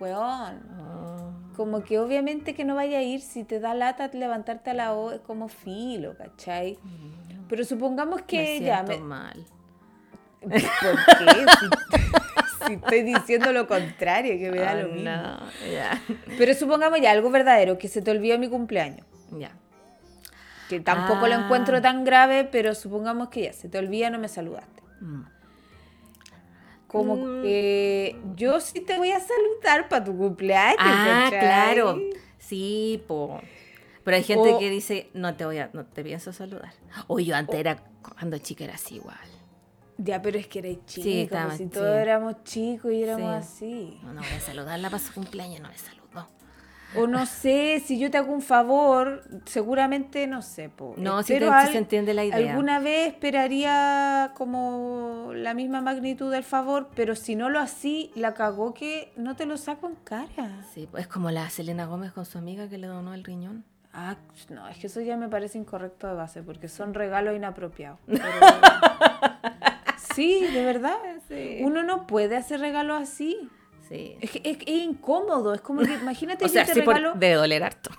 Speaker 1: weón,
Speaker 2: Ah.
Speaker 1: como que obviamente que no vaya a ir si te da lata levantarte a la O, es como filo, ¿cachai?
Speaker 2: Mm.
Speaker 1: Pero supongamos que
Speaker 2: me
Speaker 1: ya
Speaker 2: siento
Speaker 1: me-
Speaker 2: mal.
Speaker 1: ¿Por qué? Si, si estoy diciendo lo contrario, que me da
Speaker 2: Ah,
Speaker 1: lo mismo.
Speaker 2: no, ya.
Speaker 1: Pero supongamos ya algo verdadero, que se te olvidó mi cumpleaños.
Speaker 2: Ya.
Speaker 1: Que tampoco lo
Speaker 2: Ah.
Speaker 1: encuentro tan grave, pero supongamos que ya se te olvida, no me saludaste.
Speaker 2: Mm.
Speaker 1: Como
Speaker 2: Mm.
Speaker 1: que yo sí te voy a saludar para tu cumpleaños.
Speaker 2: Ah,
Speaker 1: ¿cachai?
Speaker 2: claro. Sí, po. Pero hay gente
Speaker 1: O-
Speaker 2: que dice, no te voy a, no te pienso saludar. O yo antes era, cuando chica era así igual.
Speaker 1: Ya, pero es que eres chico,
Speaker 2: estaba-
Speaker 1: si
Speaker 2: sí.
Speaker 1: todos éramos chicos y éramos así.
Speaker 2: No, no voy a saludarla para su cumpleaños, no le saludo.
Speaker 1: O no sé, si yo te hago un favor, seguramente no sé. po.
Speaker 2: No, sí
Speaker 1: Espero
Speaker 2: te- sí se entiende la idea.
Speaker 1: Alguna vez esperaría como la misma magnitud del favor, pero si no lo así, la cagó que no te lo saco en cara.
Speaker 2: Sí, pues es como la Selena Gómez con su amiga que le donó el riñón.
Speaker 1: Ah, no, es que eso ya me parece incorrecto de base, porque son regalos inapropiados. pero- sí, de verdad.
Speaker 2: Sí.
Speaker 1: Uno no puede hacer regalos así.
Speaker 2: Sí.
Speaker 1: Es, que es, es incómodo, es como que imagínate
Speaker 2: O sea,
Speaker 1: yo te
Speaker 2: sí, por-
Speaker 1: este regalo...
Speaker 2: de doler harto.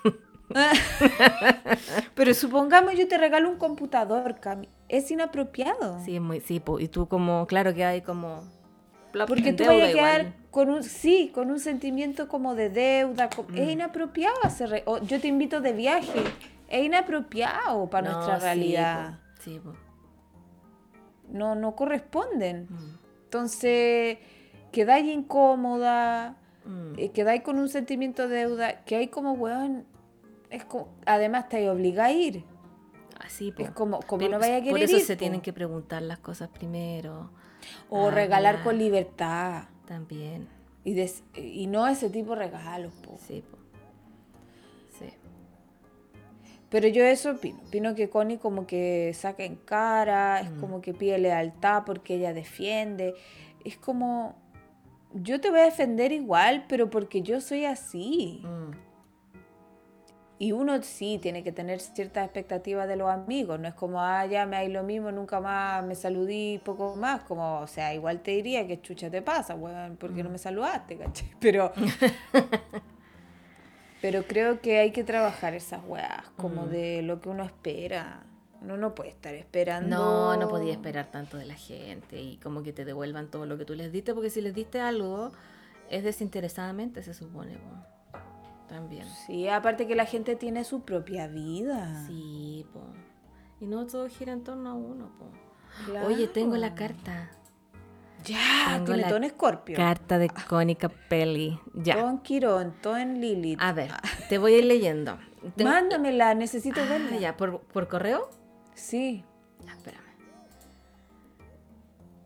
Speaker 1: Pero supongamos yo te regalo un computador, Cami. Es inapropiado.
Speaker 2: Sí, es muy, sí, po. Y tú como, claro que hay como... plop,
Speaker 1: Porque
Speaker 2: en
Speaker 1: tú vas a
Speaker 2: deuda
Speaker 1: quedar
Speaker 2: igual.
Speaker 1: con un, sí, con un sentimiento como de deuda. co-
Speaker 2: Mm.
Speaker 1: Es inapropiado hacer, re- o yo te invito de viaje. Es inapropiado para
Speaker 2: No,
Speaker 1: nuestra
Speaker 2: sí,
Speaker 1: realidad.
Speaker 2: po. Sí, po.
Speaker 1: No, no corresponden.
Speaker 2: Mm,
Speaker 1: Entonces, quedáis incómoda,
Speaker 2: mm.
Speaker 1: eh, quedáis con un sentimiento de deuda, que hay como, weón, es como, además te obliga a ir.
Speaker 2: Así, po.
Speaker 1: Es como, como
Speaker 2: Pero pues
Speaker 1: no vaya a
Speaker 2: por
Speaker 1: querer
Speaker 2: eso
Speaker 1: ir,
Speaker 2: se
Speaker 1: po.
Speaker 2: tienen que preguntar las cosas primero
Speaker 1: O
Speaker 2: Ah,
Speaker 1: regalar
Speaker 2: ya.
Speaker 1: con libertad.
Speaker 2: también.
Speaker 1: Y, des- y no ese tipo de regalos, po.
Speaker 2: Sí, po. Sí.
Speaker 1: Pero yo eso opino. Opino que Connie como que saca en cara, es como que pide lealtad porque ella defiende. Es como, yo te voy a defender igual, pero porque yo soy así.
Speaker 2: Mm.
Speaker 1: Y uno sí tiene que tener ciertas expectativas de los amigos. No es como, ah, ya me hay lo mismo, nunca más me saludí, poco más. Como, o sea, igual te diría que chucha te pasa, weón, porque
Speaker 2: Mm.
Speaker 1: no me saludaste, ¿cachai? Pero... Pero creo que hay que trabajar esas weas, como
Speaker 2: Mm.
Speaker 1: de lo que uno espera. Uno no puede estar esperando.
Speaker 2: No, no podía esperar tanto de la gente y como que te devuelvan todo lo que tú les diste, porque si les diste algo, es desinteresadamente, se supone. po. También.
Speaker 1: Sí, aparte que la gente tiene su propia vida.
Speaker 2: Sí, po. Y no todo gira en torno a uno, po.
Speaker 1: Claro.
Speaker 2: Oye, tengo la carta.
Speaker 1: Ya,
Speaker 2: Tengo
Speaker 1: tiene
Speaker 2: la
Speaker 1: todo en Escorpio.
Speaker 2: Carta de Cónica Peli.
Speaker 1: Todo
Speaker 2: Ya.
Speaker 1: en Quirón, todo en Lilith.
Speaker 2: A ver, te voy a ir leyendo. Tengo-
Speaker 1: Mándamela, necesito verla.
Speaker 2: Ah, ya, ¿por, por correo?
Speaker 1: Sí.
Speaker 2: Ya, Ah, espérame.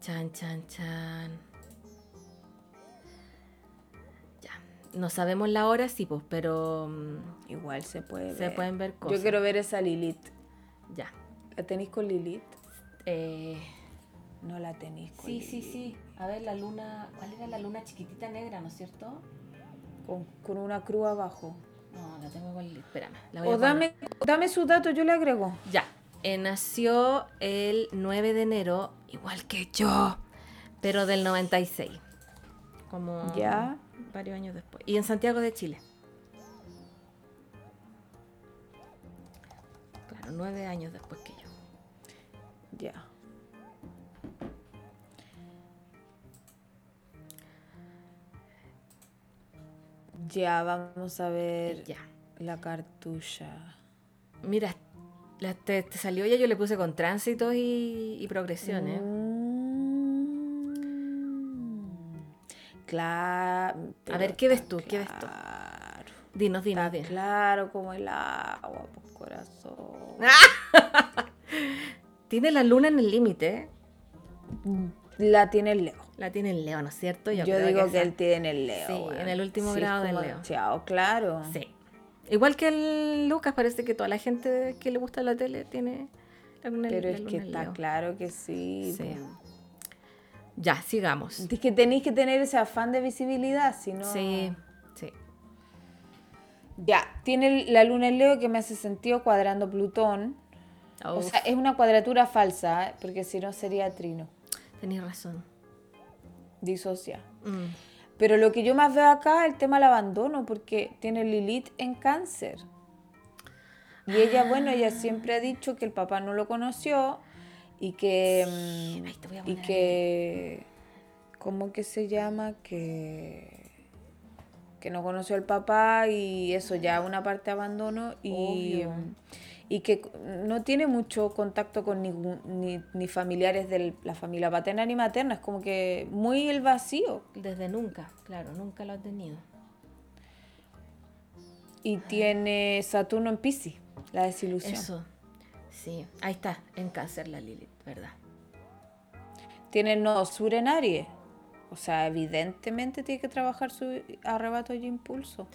Speaker 2: Chan, chan, chan. Ya. No sabemos la hora, sí, pues, pero mm,
Speaker 1: Igual se puede
Speaker 2: se
Speaker 1: ver.
Speaker 2: pueden ver cosas.
Speaker 1: Yo quiero ver esa Lilith.
Speaker 2: Ya.
Speaker 1: ¿La tenéis con Lilith?
Speaker 2: Eh,
Speaker 1: No la tenéis con
Speaker 2: sí, sí,
Speaker 1: Lilith.
Speaker 2: sí. A ver, la luna. ¿Cuál era la luna chiquitita negra, no es cierto?
Speaker 1: Con, con una cruz abajo.
Speaker 2: No, la tengo con. Espérame. La voy a
Speaker 1: O
Speaker 2: poner.
Speaker 1: dame, dame su dato, yo le agrego.
Speaker 2: Ya. Eh, nació el 9 de enero, igual que yo, pero del 96. Como
Speaker 1: Ya.
Speaker 2: varios años después. Y en Santiago de Chile. Claro, nueve años después que yo.
Speaker 1: Ya. Ya, vamos a ver
Speaker 2: Ya.
Speaker 1: la cartucha.
Speaker 2: Mira, la- te, te salió ya, yo le puse con tránsitos y, ¿eh? y progresiones.
Speaker 1: Mm. Claro.
Speaker 2: A ver, ¿qué ves tú? ¿Qué ves tú?
Speaker 1: Claro.
Speaker 2: Dinos, dinos,
Speaker 1: Está
Speaker 2: dinos.
Speaker 1: claro como el agua, pues corazón.
Speaker 2: Tiene la luna en el límite.
Speaker 1: La tiene el Leo.
Speaker 2: La tiene el Leo, ¿no es cierto?
Speaker 1: Yo,
Speaker 2: Mm. creo
Speaker 1: digo que,
Speaker 2: esa-
Speaker 1: él tiene el Leo.
Speaker 2: Sí,
Speaker 1: weón.
Speaker 2: en el último
Speaker 1: Sí, es
Speaker 2: grado del
Speaker 1: como
Speaker 2: Leo.
Speaker 1: Chao, claro.
Speaker 2: Sí. Igual que el Lucas, parece que toda la gente que le gusta la tele tiene la luna
Speaker 1: Pero
Speaker 2: la
Speaker 1: es que
Speaker 2: luna en
Speaker 1: está
Speaker 2: Leo.
Speaker 1: claro que sí.
Speaker 2: Sí.
Speaker 1: po.
Speaker 2: Ya, sigamos.
Speaker 1: Es que tenéis que tener ese afán de visibilidad, si no...
Speaker 2: Sí, sí.
Speaker 1: Ya, tiene la luna en Leo que me hace sentido cuadrando Plutón. O
Speaker 2: Uf.
Speaker 1: sea, es una cuadratura falsa, ¿eh? porque si no sería trino,
Speaker 2: Tenés razón.
Speaker 1: disocia.
Speaker 2: Mm.
Speaker 1: Pero lo que yo más veo acá es el tema del abandono, porque tiene Lilith en cáncer. Y ella, bueno,
Speaker 2: Ah.
Speaker 1: ella siempre ha dicho que el papá no lo conoció y que... mm,
Speaker 2: Ay, te voy a
Speaker 1: y
Speaker 2: poner
Speaker 1: que cómo que se llama que que no conoció al papá y eso ya una parte de abandono y
Speaker 2: Obvio.
Speaker 1: y que no tiene mucho contacto con ningún ni, ni familiares de la familia paterna ni materna es como que muy el vacío
Speaker 2: Desde nunca, claro, nunca lo has tenido.
Speaker 1: y tiene Saturno en Piscis la desilusión
Speaker 2: Eso. Sí, ahí está, en cáncer la Lilith, ¿verdad?
Speaker 1: tiene el nodo sur en Aries o sea evidentemente tiene que trabajar su arrebato y impulso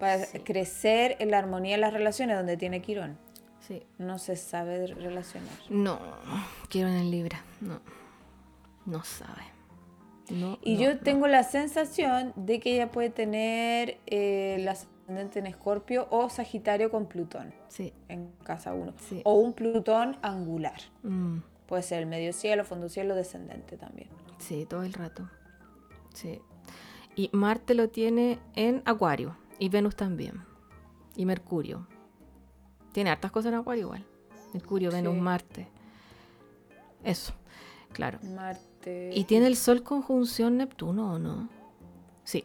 Speaker 1: para
Speaker 2: Sí.
Speaker 1: crecer en la armonía de las relaciones donde tiene Quirón
Speaker 2: Sí.
Speaker 1: no se sabe de- relacionar.
Speaker 2: No, quiero en Libra, no. No sabe. No,
Speaker 1: Y
Speaker 2: no,
Speaker 1: yo
Speaker 2: no.
Speaker 1: tengo la sensación de que ella puede tener eh, el ascendente en Escorpio o Sagitario con Plutón
Speaker 2: Sí.
Speaker 1: en casa 1.
Speaker 2: Sí.
Speaker 1: O un Plutón angular.
Speaker 2: mm,
Speaker 1: Puede ser el medio cielo, fondo cielo, descendente también.
Speaker 2: sí, todo el rato. Sí. Y Marte lo tiene en Acuario. Y Venus también. Y Mercurio. Tiene hartas cosas en Acuario igual. Mercurio, Venus,
Speaker 1: Sí.
Speaker 2: Marte. Eso. Claro.
Speaker 1: Marte.
Speaker 2: ¿Y tiene el Sol conjunción Neptuno o no? Sí.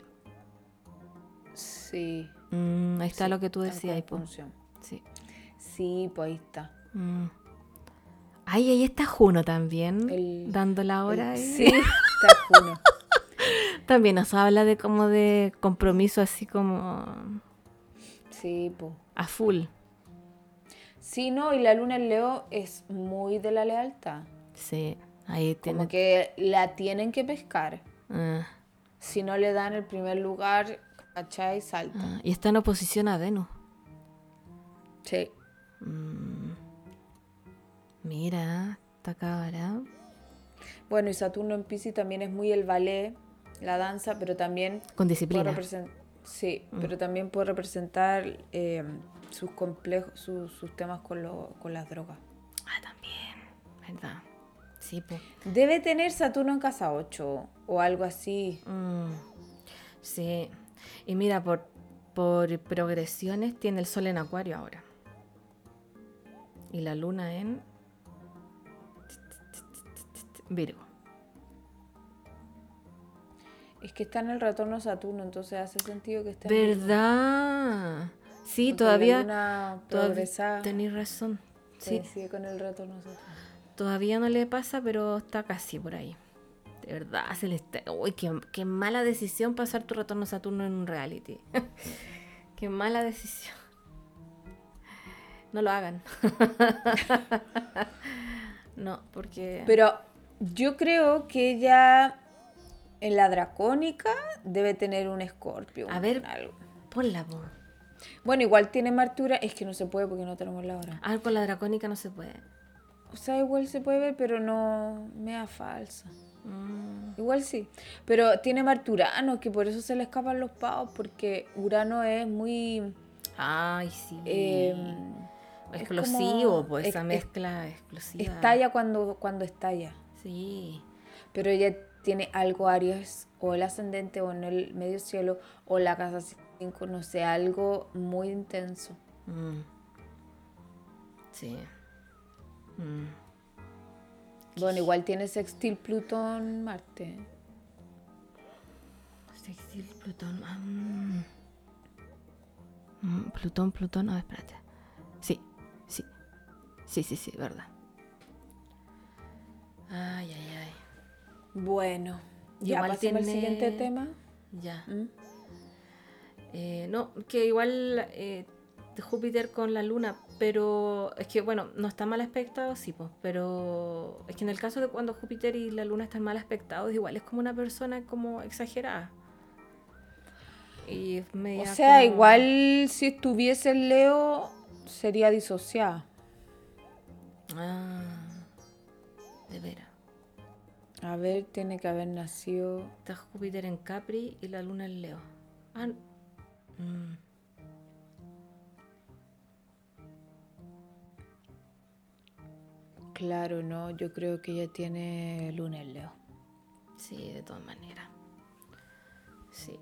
Speaker 1: Sí.
Speaker 2: Mm, ahí está
Speaker 1: sí,
Speaker 2: lo que tú
Speaker 1: en
Speaker 2: decías. po.
Speaker 1: conjunción.
Speaker 2: Sí.
Speaker 1: Sí, pues ahí está.
Speaker 2: Mm. Ay, ahí está Juno también,
Speaker 1: El-
Speaker 2: dando la hora.
Speaker 1: El-
Speaker 2: ahí.
Speaker 1: Sí, está Juno.
Speaker 2: También nos habla de como de compromiso así como
Speaker 1: Sí, pues.
Speaker 2: a full.
Speaker 1: Sí, no, y la luna en Leo es muy de la lealtad.
Speaker 2: Sí, ahí tiene...
Speaker 1: Como que la tienen que pescar.
Speaker 2: Ah,
Speaker 1: Si no le dan el primer lugar, ¿cachai? Salta.
Speaker 2: ah, y está en oposición a Venus.
Speaker 1: Sí.
Speaker 2: Mm. Mira, está cabra.
Speaker 1: Bueno, y Saturno en Pisces también es muy el ballet, la danza, pero también
Speaker 2: Con
Speaker 1: puede
Speaker 2: disciplina. Mm.
Speaker 1: representar. Sí, pero también puede representar eh, sus complejos, sus, sus temas con, lo- con las drogas.
Speaker 2: Ah, también, ¿verdad? Sí, pues.
Speaker 1: Debe tener Saturno en casa 8 o algo así.
Speaker 2: Mm, sí. Y mira, por, por progresiones tiene el sol en acuario ahora. Y la luna en... Virgo.
Speaker 1: Es que está en el retorno a Saturno, entonces hace sentido que esté. en Virgo.
Speaker 2: ¿Verdad? Sí,
Speaker 1: Porque La
Speaker 2: todavía...
Speaker 1: luna
Speaker 2: todavía
Speaker 1: progresada
Speaker 2: Tenéis razón. Sí,
Speaker 1: coincide con el retorno a Saturno.
Speaker 2: todavía no le pasa, pero está casi por ahí. De verdad, se le está... Uy, qué, qué mala decisión pasar tu retorno a Saturno en un reality. qué mala decisión. No lo hagan. no, porque...
Speaker 1: Pero yo creo que ella en la dracónica debe tener un escorpio.
Speaker 2: A
Speaker 1: un
Speaker 2: ver.
Speaker 1: algo.
Speaker 2: Por la voz.
Speaker 1: Bueno, igual tiene Martura, es que no se puede porque no tenemos la hora.
Speaker 2: Ah, con la dracónica no se puede.
Speaker 1: O sea, igual se puede ver, pero no me da falsa.
Speaker 2: Mm,
Speaker 1: Igual sí. Pero tiene Marturano, que por eso se le escapan los pavos, porque Urano es muy
Speaker 2: Ay, sí.
Speaker 1: eh,
Speaker 2: explosivo,
Speaker 1: como-
Speaker 2: pues esa
Speaker 1: es- es-
Speaker 2: mezcla explosiva.
Speaker 1: estalla cuando, cuando estalla.
Speaker 2: Sí.
Speaker 1: Pero ella tiene algo Aries, o el ascendente, o en el medio cielo, o la casa 5, no sé, algo muy intenso.
Speaker 2: Mm. Sí. Mm.
Speaker 1: Bueno, igual tiene sextil Plutón, Marte.
Speaker 2: Sextil, Plutón. ah, mm. Mm, Plutón, Plutón. A ver, espérate. Sí, sí. Sí, sí, sí, verdad. Ay, ay, ay.
Speaker 1: Bueno, ya
Speaker 2: Igual
Speaker 1: pasamos al
Speaker 2: tiene-
Speaker 1: siguiente tema.
Speaker 2: Ya.
Speaker 1: ¿Mm?
Speaker 2: Eh, no, que igual eh, Júpiter con la Luna, pero es que, bueno, no está mal aspectado, sí, pues, pero es que en el caso de cuando Júpiter y la Luna están mal aspectados, igual es como una persona como exagerada. Y es media
Speaker 1: O sea,
Speaker 2: como-
Speaker 1: igual si estuviese en Leo, sería disociada.
Speaker 2: Ah, de veras.
Speaker 1: A ver, tiene que haber nacido.
Speaker 2: Está Júpiter en Capri y la luna en Leo. Ah, n- mm.
Speaker 1: Claro, no, yo creo que ella tiene luna en Leo.
Speaker 2: Sí, de todas maneras. Sí.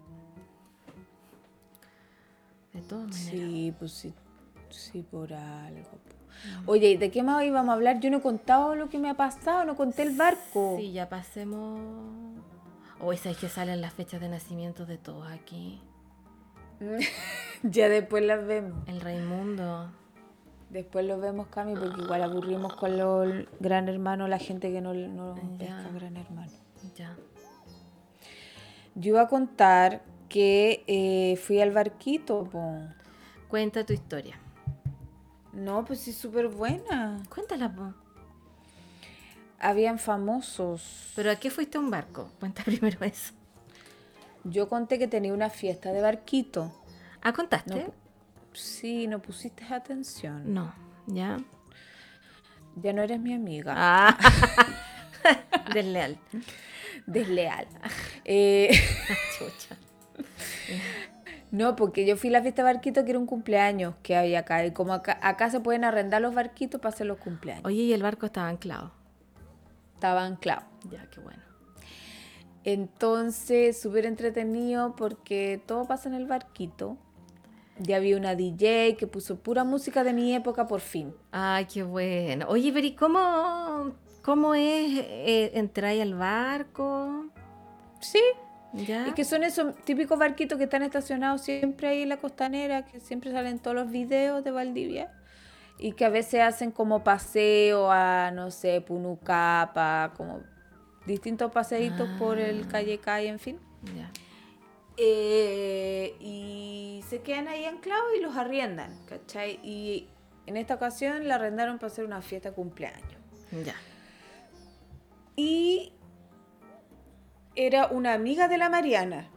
Speaker 2: De todas maneras.
Speaker 1: Sí, pues sí, sí, por algo. po. Oye, ¿y ¿de qué más íbamos a hablar? Yo no he contado lo que me ha pasado, no conté el barco.
Speaker 2: Sí, ya pasemos. Hoy sabes que salen las fechas de nacimiento de todos aquí.
Speaker 1: ya después las vemos.
Speaker 2: El Raimundo.
Speaker 1: Después los vemos, Cami, porque igual aburrimos con los Gran Hermano, la gente que no, no pesca Gran Hermano.
Speaker 2: Ya.
Speaker 1: Yo iba a contar que eh, fui al barquito, po.
Speaker 2: Cuenta tu historia.
Speaker 1: No, pues sí, súper buena.
Speaker 2: Cuéntala, po.
Speaker 1: Habían famosos.
Speaker 2: ¿Pero a qué fuiste a un barco? Cuenta primero eso.
Speaker 1: Yo conté que tenía una fiesta de barquito.
Speaker 2: ¿Ah, contaste?
Speaker 1: Sí, no pusiste atención.
Speaker 2: No. ¿Ya?
Speaker 1: Ya no eres mi amiga.
Speaker 2: Ah. Desleal.
Speaker 1: Desleal. Eh,
Speaker 2: Chucha.
Speaker 1: no, porque yo fui a la fiesta de barquito que era un cumpleaños que había acá. Y como acá, acá se pueden arrendar los barquitos para hacer los cumpleaños.
Speaker 2: Oye, y el barco estaba anclado.
Speaker 1: Estaba anclado.
Speaker 2: Ya, qué bueno.
Speaker 1: Entonces, súper entretenido porque todo pasa en el barquito. Ya había una DJ que puso pura música de mi época por fin.
Speaker 2: Ay, qué bueno. Oye, pero ¿y cómo, cómo es eh, entrar ahí al barco?
Speaker 1: Sí,
Speaker 2: ¿Ya?
Speaker 1: Y que son esos típicos barquitos que están estacionados siempre ahí en la costanera, que siempre salen todos los videos de Valdivia. Y que a veces hacen como paseo a, no sé, Punucapa, como distintos paseitos por el calle calle, en fin.
Speaker 2: Ya.
Speaker 1: Eh, y se quedan ahí anclados y los arriendan, ¿cachai? Y en esta ocasión la arrendaron para hacer una fiesta de cumpleaños.
Speaker 2: Ya.
Speaker 1: Y era una amiga de la Mariana.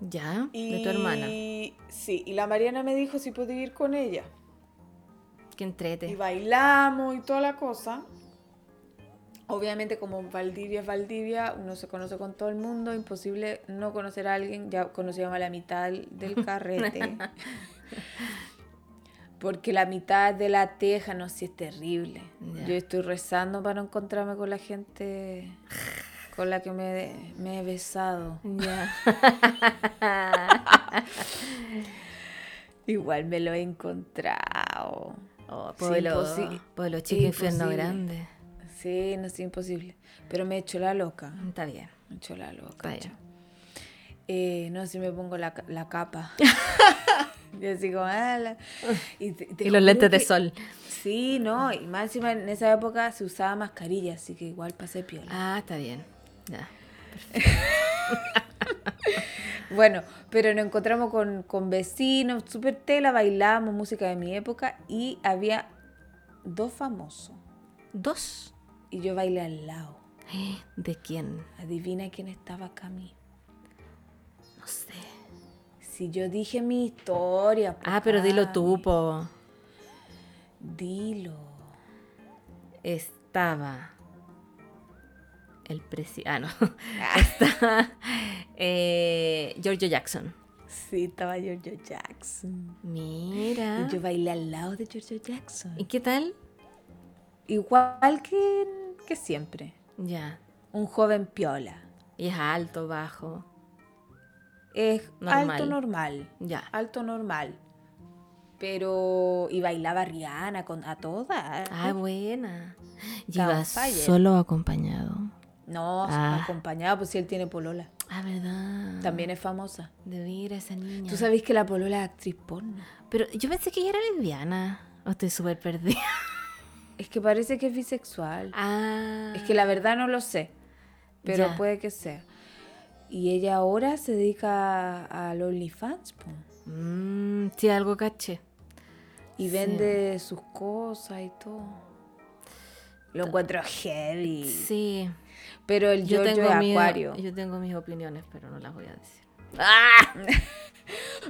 Speaker 2: Ya. De tu hermana.
Speaker 1: Y- Sí, y la Mariana me dijo si podía ir con ella.
Speaker 2: Que
Speaker 1: Y
Speaker 2: entrete.
Speaker 1: bailamos y toda la cosa. Obviamente como Valdivia es Valdivia, uno se conoce con todo el mundo, imposible no conocer a alguien, ya conocíamos a la mitad del- del carrete. Porque la mitad de la teja, no, si es terrible.
Speaker 2: Ya.
Speaker 1: Yo estoy rezando para no encontrarme con la gente con la que me- me he besado.
Speaker 2: Ya.
Speaker 1: Igual me lo he encontrado.
Speaker 2: Oh,
Speaker 1: Sí, pues
Speaker 2: pueblo,
Speaker 1: imposi-
Speaker 2: pueblo chico infierno
Speaker 1: imposible.
Speaker 2: grande.
Speaker 1: Sí, no es imposible. Pero me he hecho la loca.
Speaker 2: Está bien.
Speaker 1: Me he hecho la loca.
Speaker 2: Vaya.
Speaker 1: chao. Eh, no, si me pongo la, ca- la capa. y así como, ah, la- Y, te- te
Speaker 2: Y
Speaker 1: juro
Speaker 2: los lentes de
Speaker 1: que-
Speaker 2: sol.
Speaker 1: Sí, no. Y más encima en esa época se usaba mascarilla, así que igual pasé piola.
Speaker 2: Ah, está bien. Ya.
Speaker 1: Bueno, pero nos encontramos con, con vecinos, super tela, bailábamos música de mi época y había dos famosos.
Speaker 2: Dos.
Speaker 1: Y yo bailé al lado.
Speaker 2: ¿De quién?
Speaker 1: Adivina quién estaba acá a mí.
Speaker 2: No sé.
Speaker 1: Si yo dije mi historia.
Speaker 2: Ah, pero dilo
Speaker 1: papá.
Speaker 2: tú, po.
Speaker 1: Dilo.
Speaker 2: estaba el presidente. Ah, no. Está eh, Giorgio Jackson.
Speaker 1: Sí, estaba Giorgio Jackson.
Speaker 2: Mira.
Speaker 1: Y yo bailé al lado de Giorgio Jackson.
Speaker 2: Ah. ¿Y qué tal?
Speaker 1: Igual que, que siempre.
Speaker 2: Ya.
Speaker 1: Un joven piola.
Speaker 2: Y es alto, bajo.
Speaker 1: Es
Speaker 2: Normal.
Speaker 1: alto normal.
Speaker 2: Ya.
Speaker 1: Alto normal. Pero. Y bailaba Rihanna con, a todas.
Speaker 2: Ah, buena. Y
Speaker 1: Estaba
Speaker 2: iba
Speaker 1: on fire.
Speaker 2: solo o acompañado.
Speaker 1: No,
Speaker 2: Ah.
Speaker 1: acompañada, pues si él tiene Polola.
Speaker 2: Ah, verdad.
Speaker 1: También es famosa.
Speaker 2: De ver a esa niña.
Speaker 1: Tú sabes que la Polola es actriz porno.
Speaker 2: Pero yo pensé que ella era lesbiana. O estoy súper perdida.
Speaker 1: Es que parece que es bisexual.
Speaker 2: Ah.
Speaker 1: Es que la verdad no lo sé, pero
Speaker 2: Ya.
Speaker 1: puede que sea. Y ella ahora se dedica a- al OnlyFans po,
Speaker 2: Mm, sí, algo caché.
Speaker 1: y vende sus cosas y todo. Lo encuentro heavy.
Speaker 2: Sí.
Speaker 1: Pero el yo, es
Speaker 2: mis-
Speaker 1: acuario.
Speaker 2: yo tengo mis opiniones, pero no las voy a decir.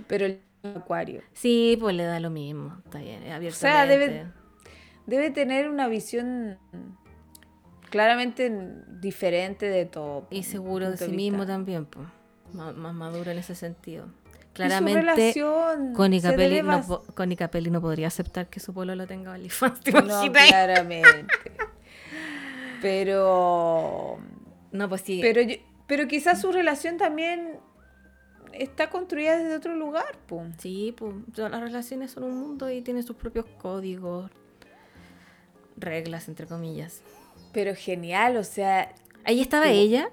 Speaker 1: Pero el Giorgio es acuario.
Speaker 2: Sí, pues le da lo mismo. eh, Está bien, es abierto.
Speaker 1: sea, debe- Debe tener una visión claramente diferente de todo.
Speaker 2: Y seguro de
Speaker 1: punto
Speaker 2: sí
Speaker 1: vista.
Speaker 2: mismo también, pues. Más, más maduro en ese sentido.
Speaker 1: Y su
Speaker 2: Claramente,
Speaker 1: relación
Speaker 2: Cónica
Speaker 1: se
Speaker 2: Peli,
Speaker 1: debe
Speaker 2: no
Speaker 1: bas-
Speaker 2: po- Cónica Peli no podría aceptar que su polo lo tenga OnlyFans. ¿te
Speaker 1: No,
Speaker 2: imaginas?
Speaker 1: claramente. Pero.
Speaker 2: No, pues sí.
Speaker 1: Pero, yo- pero quizás su relación también está construida desde otro lugar, pum.
Speaker 2: Sí, pues todas las relaciones son un mundo y tienen sus propios códigos, reglas, entre comillas.
Speaker 1: Pero genial, o sea,
Speaker 2: Ahí estaba
Speaker 1: Sí.
Speaker 2: ella.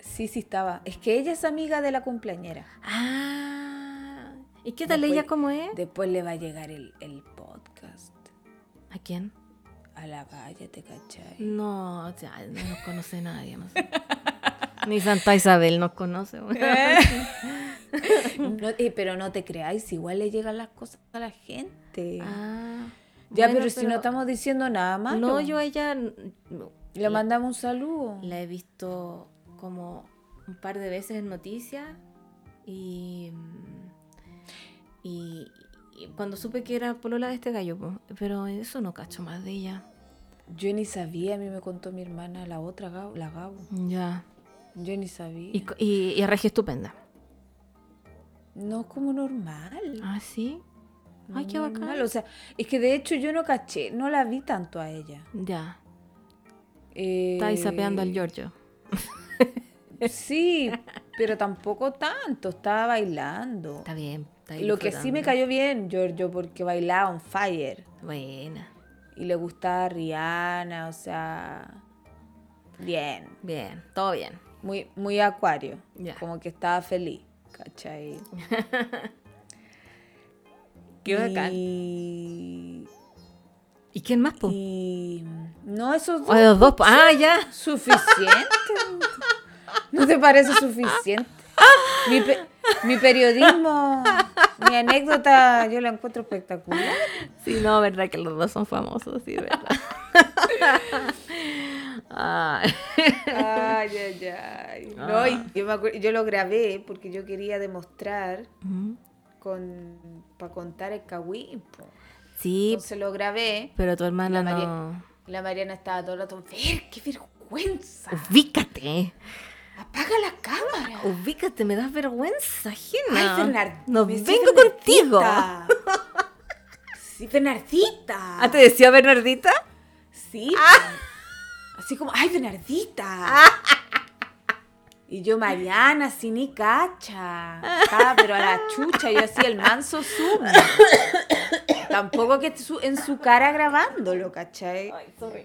Speaker 1: sí, sí estaba. Es que ella es amiga de la compañera.
Speaker 2: Ah, ¿y qué tal
Speaker 1: Después-
Speaker 2: ella cómo es?
Speaker 1: Después le va a llegar el, el podcast.
Speaker 2: ¿A quién?
Speaker 1: A la calle, ¿te cachai?
Speaker 2: No, ya, no nos conoce nadie. no sé. Ni Santa Isabel nos conoce. weón.
Speaker 1: Eh. No, eh, pero no te creáis, igual le llegan las cosas a la gente.
Speaker 2: Ah,
Speaker 1: ya,
Speaker 2: bueno,
Speaker 1: pero, si no estamos diciendo nada más.
Speaker 2: No, yo a ella n- no,
Speaker 1: Le mandamos un saludo.
Speaker 2: la he visto como un par de veces en noticias y, mm, y, y cuando supe que era polola de este gallo, po, pero eso no cacho más de ella.
Speaker 1: Yo ni sabía, a mí me contó mi hermana, la otra, Gabo- la Gabo.
Speaker 2: Ya.
Speaker 1: Yo ni sabía.
Speaker 2: Y, co- y, y a Regi estupenda.
Speaker 1: No, como normal.
Speaker 2: Ah, sí. Ay, qué
Speaker 1: no
Speaker 2: bacán.
Speaker 1: normal, O sea, es que de hecho yo no caché, no la vi tanto a ella.
Speaker 2: Ya.
Speaker 1: Eh,
Speaker 2: Está ahí sapeando al Giorgio.
Speaker 1: Sí, pero tampoco tanto, estaba bailando.
Speaker 2: Está bien. Está ahí
Speaker 1: Lo que sí me
Speaker 2: disfrutando.
Speaker 1: cayó bien, Giorgio, porque bailaba on fire.
Speaker 2: Buena.
Speaker 1: Y le gustaba Rihanna, o sea. Bien.
Speaker 2: Bien. Todo bien.
Speaker 1: Muy, muy acuario.
Speaker 2: Ya.
Speaker 1: Como que estaba feliz. ¿Cachai?
Speaker 2: Qué bacán.
Speaker 1: Y...
Speaker 2: ¿Y quién más, po?
Speaker 1: y- mm, No, eso
Speaker 2: O de los dos, po. Ah, ya.
Speaker 1: ¿Suficiente? ¿No te parece suficiente? Mi, pe- mi periodismo, mi anécdota, yo la encuentro espectacular.
Speaker 2: Sí, no, verdad que los dos son famosos, sí, verdad. Ah,
Speaker 1: Ay, ay, ay. No, y yo, me acuer- yo lo grabé porque yo quería demostrar con para contar el cagüín. po.
Speaker 2: Sí,
Speaker 1: Entonces lo grabé.
Speaker 2: pero tu hermana
Speaker 1: La María-
Speaker 2: no.
Speaker 1: La Mariana estaba todo el rato, "Fer, qué vergüenza!
Speaker 2: Ubícate,
Speaker 1: ¡Apaga la cámara!
Speaker 2: ubícate, me das vergüenza,
Speaker 1: ¡Ay,
Speaker 2: ajena.
Speaker 1: Bernard-
Speaker 2: no
Speaker 1: me decía
Speaker 2: vengo contigo.
Speaker 1: Bernardita. Sí, Bernardita.
Speaker 2: Ah, ¿te Ah. decía Bernardita?
Speaker 1: Sí. Así como, ¡ay, Bernardita!
Speaker 2: Ah.
Speaker 1: Y yo, Mariana, así ni cacha.
Speaker 2: Ah.
Speaker 1: Estaba, pero a la chucha, yo así el manso zoom. Tampoco que su- en su cara grabándolo, ¿cachai?
Speaker 2: Ay, sorry.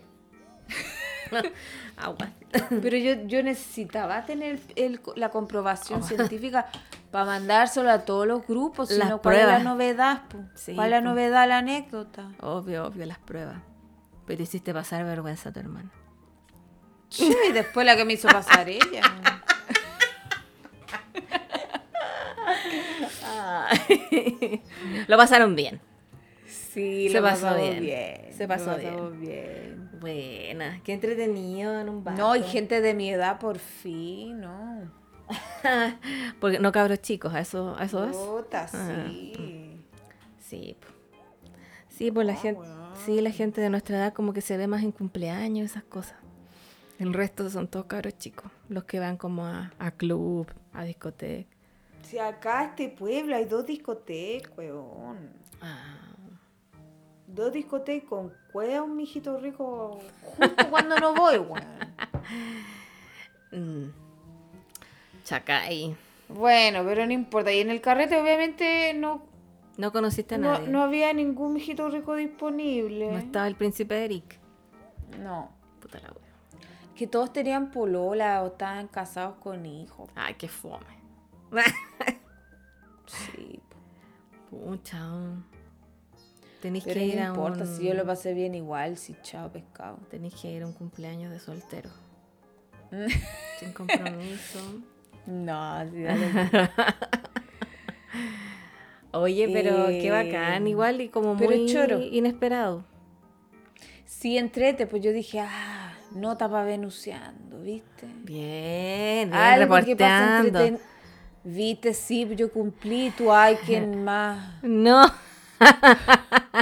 Speaker 2: Agua.
Speaker 1: Pero yo, yo necesitaba tener el- la
Speaker 2: Oh.
Speaker 1: comprobación científica para mandárselo a todos los grupos.
Speaker 2: Las
Speaker 1: Sino, ¿Cuál es la
Speaker 2: pruebas.
Speaker 1: novedad? po?
Speaker 2: Sí,
Speaker 1: ¿Cuál es la
Speaker 2: po.
Speaker 1: novedad, la anécdota?
Speaker 2: Obvio, obvio, las pruebas. Pero hiciste pasar vergüenza a tu hermana.
Speaker 1: Sí, y después la que me hizo pasar ella.
Speaker 2: Lo pasaron bien.
Speaker 1: Sí,
Speaker 2: Se
Speaker 1: lo
Speaker 2: pasó
Speaker 1: pasamos
Speaker 2: bien. Se
Speaker 1: lo
Speaker 2: pasó
Speaker 1: pasamos bien.
Speaker 2: Buena, qué entretenido en un bar.
Speaker 1: No, y gente de mi edad por fin, ¿no?
Speaker 2: Porque no cabros chicos, a eso, a eso es.
Speaker 1: Puta,
Speaker 2: Ah.
Speaker 1: sí.
Speaker 2: Sí. po. Sí, pues la
Speaker 1: Ah,
Speaker 2: gente, sí, la gente de nuestra edad como que se ve más en cumpleaños, esas cosas. El resto son todos cabros chicos, los que van como a, a club, a discoteca.
Speaker 1: Si acá este pueblo hay dos discotecas, weón. Ah, Dos discotecas con cueva, un mijito rico, justo cuando no voy, weón.
Speaker 2: Mm. Chacay.
Speaker 1: Bueno, pero no importa. Y en el carrete, obviamente, no,
Speaker 2: No conociste a
Speaker 1: no,
Speaker 2: nadie.
Speaker 1: no
Speaker 2: No,
Speaker 1: había ningún mijito rico disponible.
Speaker 2: estaba el príncipe Eric.
Speaker 1: No.
Speaker 2: Puta la wea.
Speaker 1: Que todos tenían polola o estaban casados con hijos.
Speaker 2: Ay, qué fome.
Speaker 1: Sí. po.
Speaker 2: Pucha. mm. Tenéis
Speaker 1: Pero
Speaker 2: que
Speaker 1: no
Speaker 2: ir a
Speaker 1: importa,
Speaker 2: un...
Speaker 1: si yo lo pasé bien igual, si chao pescado.
Speaker 2: Tenéis que ir a un cumpleaños de soltero. Sin compromiso.
Speaker 1: No, sí, dale.
Speaker 2: Oye, pero qué bacán,
Speaker 1: Eh,
Speaker 2: igual y como
Speaker 1: pero
Speaker 2: muy
Speaker 1: choro.
Speaker 2: inesperado.
Speaker 1: sí, entrete, pues yo dije, ah, nota para venuseando, ¿viste?
Speaker 2: Bien, bien
Speaker 1: Algo que pasa
Speaker 2: reporteando.
Speaker 1: entreten- Viste, sí, yo cumplí, tú, ay, ¿quién más?
Speaker 2: No,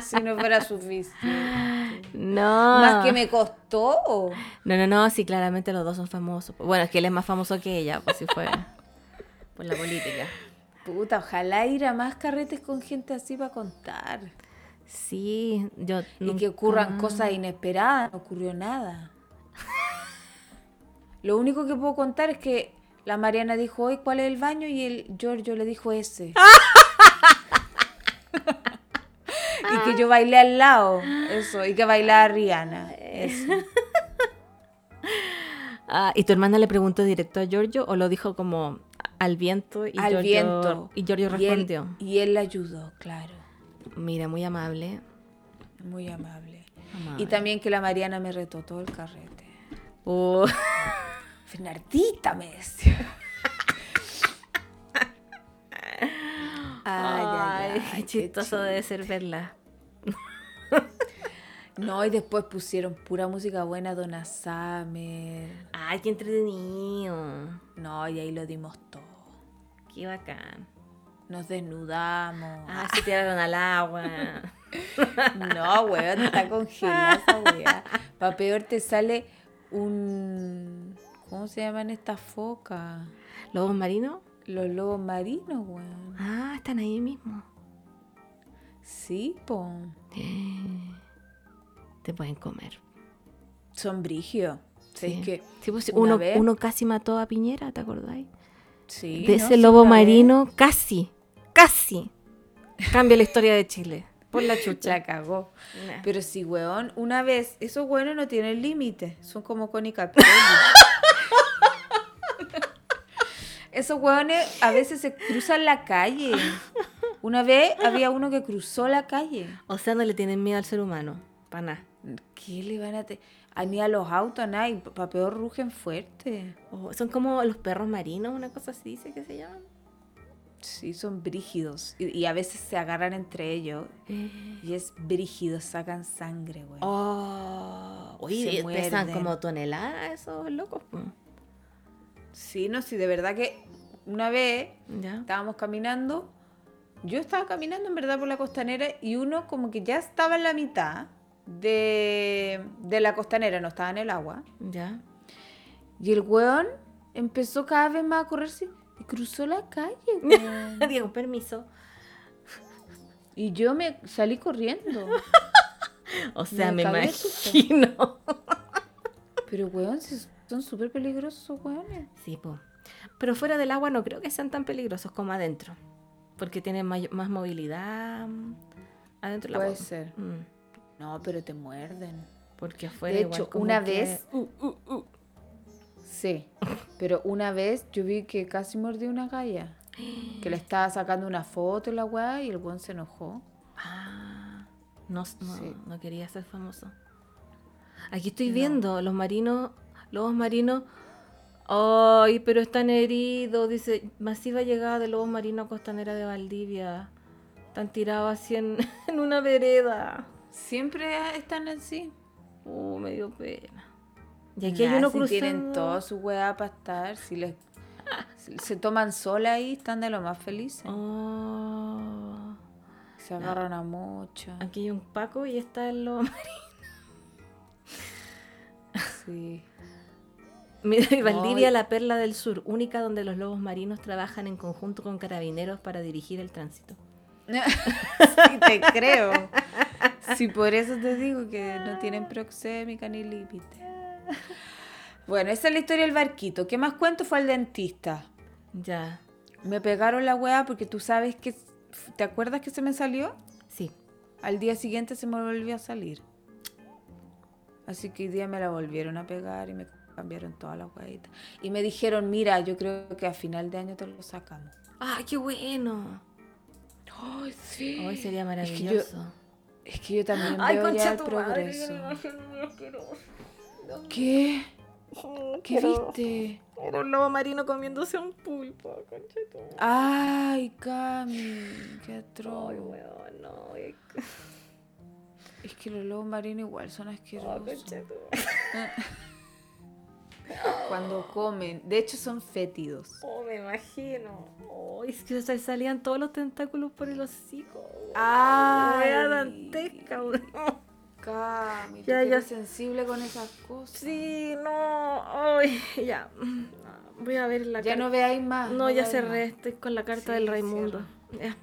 Speaker 1: si no fuera
Speaker 2: Ah.
Speaker 1: suficiente.
Speaker 2: No.
Speaker 1: Más que me costó.
Speaker 2: No, no, no, sí, claramente los dos son famosos. Bueno, es que él es más famoso que ella, pues si fue por la política.
Speaker 1: Puta, ojalá ir a más carretes con gente así para contar.
Speaker 2: Sí, yo...
Speaker 1: Y que
Speaker 2: mm.
Speaker 1: ocurran cosas inesperadas. No ocurrió nada. Lo único que puedo contar es que la Mariana dijo hoy cuál es el baño y el Giorgio le dijo ese. y que yo bailé al lado. Eso. Y que bailaba Rihanna. Eso.
Speaker 2: Ah, ¿Y tu hermana le preguntó directo a Giorgio o lo dijo como al viento y,
Speaker 1: Al
Speaker 2: Giorgio,
Speaker 1: viento.
Speaker 2: y Giorgio
Speaker 1: Y él-
Speaker 2: respondió?
Speaker 1: Y él la ayudó, claro.
Speaker 2: Mira, muy amable.
Speaker 1: Muy amable.
Speaker 2: Amable.
Speaker 1: Y también que la Mariana me retó todo el carrete.
Speaker 2: Oh.
Speaker 1: Fernandita me decía. Ay, ay, ay,
Speaker 2: qué chistoso debe ser verla.
Speaker 1: No, y después pusieron pura música buena, Donna Summer.
Speaker 2: Ay, qué entretenido.
Speaker 1: No, y ahí lo dimos todo.
Speaker 2: Qué bacán.
Speaker 1: Nos desnudamos.
Speaker 2: Ah, se tiraron al agua.
Speaker 1: No, weón, está congelada esa weá. Pa' peor te sale un... ¿Cómo se llaman estas focas?
Speaker 2: ¿Lobos marinos?
Speaker 1: Los lobos marinos, weón.
Speaker 2: Ah, están ahí mismo.
Speaker 1: Sí, po.
Speaker 2: Te pueden comer.
Speaker 1: Son brígidos. Sí. que
Speaker 2: Sí, pues,
Speaker 1: una
Speaker 2: uno,
Speaker 1: vez-
Speaker 2: uno casi mató a Piñera, ¿te acordáis?
Speaker 1: sí,
Speaker 2: de
Speaker 1: ¿no?
Speaker 2: ese
Speaker 1: Sí,
Speaker 2: lobo
Speaker 1: una vez.
Speaker 2: marino, casi, casi. Cambia la historia de Chile. Por la chucha.
Speaker 1: La cagó. Pero sí, weón, una vez, esos weones no tienen límite. Son como con Capelli. esos weones a veces se cruzan la calle. Una vez había uno que cruzó la calle.
Speaker 2: O sea, no le tienen miedo al ser humano. Para nada.
Speaker 1: ¿Qué le van a te- a Ni a los autos, a nada. Y pa' peor rugen fuerte.
Speaker 2: O- son como los perros marinos, una cosa así dice que se llaman.
Speaker 1: Sí, son brígidos. Y, y a veces se agarran entre ellos.
Speaker 2: Eh,
Speaker 1: Y es brígido, sacan sangre, weón.
Speaker 2: Oh,
Speaker 1: Se
Speaker 2: oye, pesan
Speaker 1: muerden.
Speaker 2: como toneladas esos locos. po.
Speaker 1: Sí, no, sí, de verdad que una vez
Speaker 2: Ya.
Speaker 1: estábamos caminando. Yo estaba caminando en verdad por la costanera y uno como que ya estaba en la mitad de, de la costanera, no estaba en el agua.
Speaker 2: Ya.
Speaker 1: Y el weón empezó cada vez más a correrse y cruzó la calle. weón.
Speaker 2: Diego, permiso.
Speaker 1: y yo me salí corriendo.
Speaker 2: O sea,
Speaker 1: Me
Speaker 2: me,
Speaker 1: cagué de susto.
Speaker 2: imagino.
Speaker 1: Pero weón, si son súper peligrosos esos weones.
Speaker 2: Sí, po. Pero fuera del agua no creo que sean tan peligrosos como adentro. Porque tienen may- más movilidad mm, adentro del agua.
Speaker 1: Puede ser.
Speaker 2: Mm,
Speaker 1: No, pero te muerden.
Speaker 2: Porque afuera
Speaker 1: De
Speaker 2: igual
Speaker 1: hecho,
Speaker 2: como
Speaker 1: una
Speaker 2: que-
Speaker 1: vez-
Speaker 2: Uh, uh, uh.
Speaker 1: Sí, pero una vez yo vi que casi mordió una galla. Que le estaba sacando una foto y la weá y el weón se enojó.
Speaker 2: Ah, no, no,
Speaker 1: Sí.
Speaker 2: no quería ser famoso. Aquí estoy viendo los marinos, lobos marinos. Ay, pero están heridos. Dice, masiva llegada de lobos marinos a costanera de Valdivia. Están tirados así en, en una vereda.
Speaker 1: Siempre están así.
Speaker 2: Uh, me dio pena. Y aquí
Speaker 1: que
Speaker 2: hay uno
Speaker 1: si
Speaker 2: cruzando.
Speaker 1: tienen todo su weá para estar, si les si se toman sola ahí, están de lo más felices.
Speaker 2: Oh.
Speaker 1: Se agarran a mucho.
Speaker 2: Aquí hay un Paco y está el lobo marino.
Speaker 1: Sí.
Speaker 2: Mira, y
Speaker 1: No,
Speaker 2: Valdivia,
Speaker 1: y-
Speaker 2: la perla del sur, única donde los lobos marinos trabajan en conjunto con carabineros para dirigir el tránsito.
Speaker 1: sí, te creo. Sí, por eso te digo que no tienen proxémica ni límite. Bueno, esa es la historia del barquito. ¿Qué más cuento? Fue al dentista.
Speaker 2: Ya,
Speaker 1: Me pegaron la weá porque tú sabes que. ¿Te acuerdas que se me salió?
Speaker 2: sí.
Speaker 1: Al día siguiente se me volvió a salir. Así que hoy día me la volvieron a pegar y me cambiaron todas las hueitas. Y me dijeron, mira, yo creo que a final de año te lo sacamos.
Speaker 2: ¡Ay, qué bueno!
Speaker 1: ¡Ay, sí!
Speaker 2: Hoy sería
Speaker 1: Es que yo-
Speaker 2: maravilloso.
Speaker 1: Es que yo también
Speaker 2: ¡Ay,
Speaker 1: veo ya
Speaker 2: concha
Speaker 1: el
Speaker 2: tu madre! que
Speaker 1: progreso.
Speaker 2: me imagino muy asqueroso.
Speaker 1: ¿Qué? ¿Qué
Speaker 2: Pero-
Speaker 1: viste?
Speaker 2: Era un lobo marino comiéndose un pulpo, concha tu madre.
Speaker 1: Ay, Cami, qué
Speaker 2: Ay,
Speaker 1: atroz.
Speaker 2: weón, no, ay,
Speaker 1: Es que los lobos marinos igual son asquerosos.
Speaker 2: concha tu madre.
Speaker 1: Cuando comen. De hecho, son fétidos.
Speaker 2: Oh, me imagino. Oh, es que se salían todos los tentáculos por el hocico.
Speaker 1: ¡Ah!
Speaker 2: Era dantesca, weón.
Speaker 1: Cami, tú
Speaker 2: Ya,
Speaker 1: que
Speaker 2: ya.
Speaker 1: eres sensible con esas cosas.
Speaker 2: Sí, no. Ay, ya. Voy a ver la
Speaker 1: Ya
Speaker 2: car-
Speaker 1: no veáis más.
Speaker 2: No, ya
Speaker 1: veáis
Speaker 2: cerré.
Speaker 1: más.
Speaker 2: Estoy con la carta
Speaker 1: Sí,
Speaker 2: del Raimundo. Ya.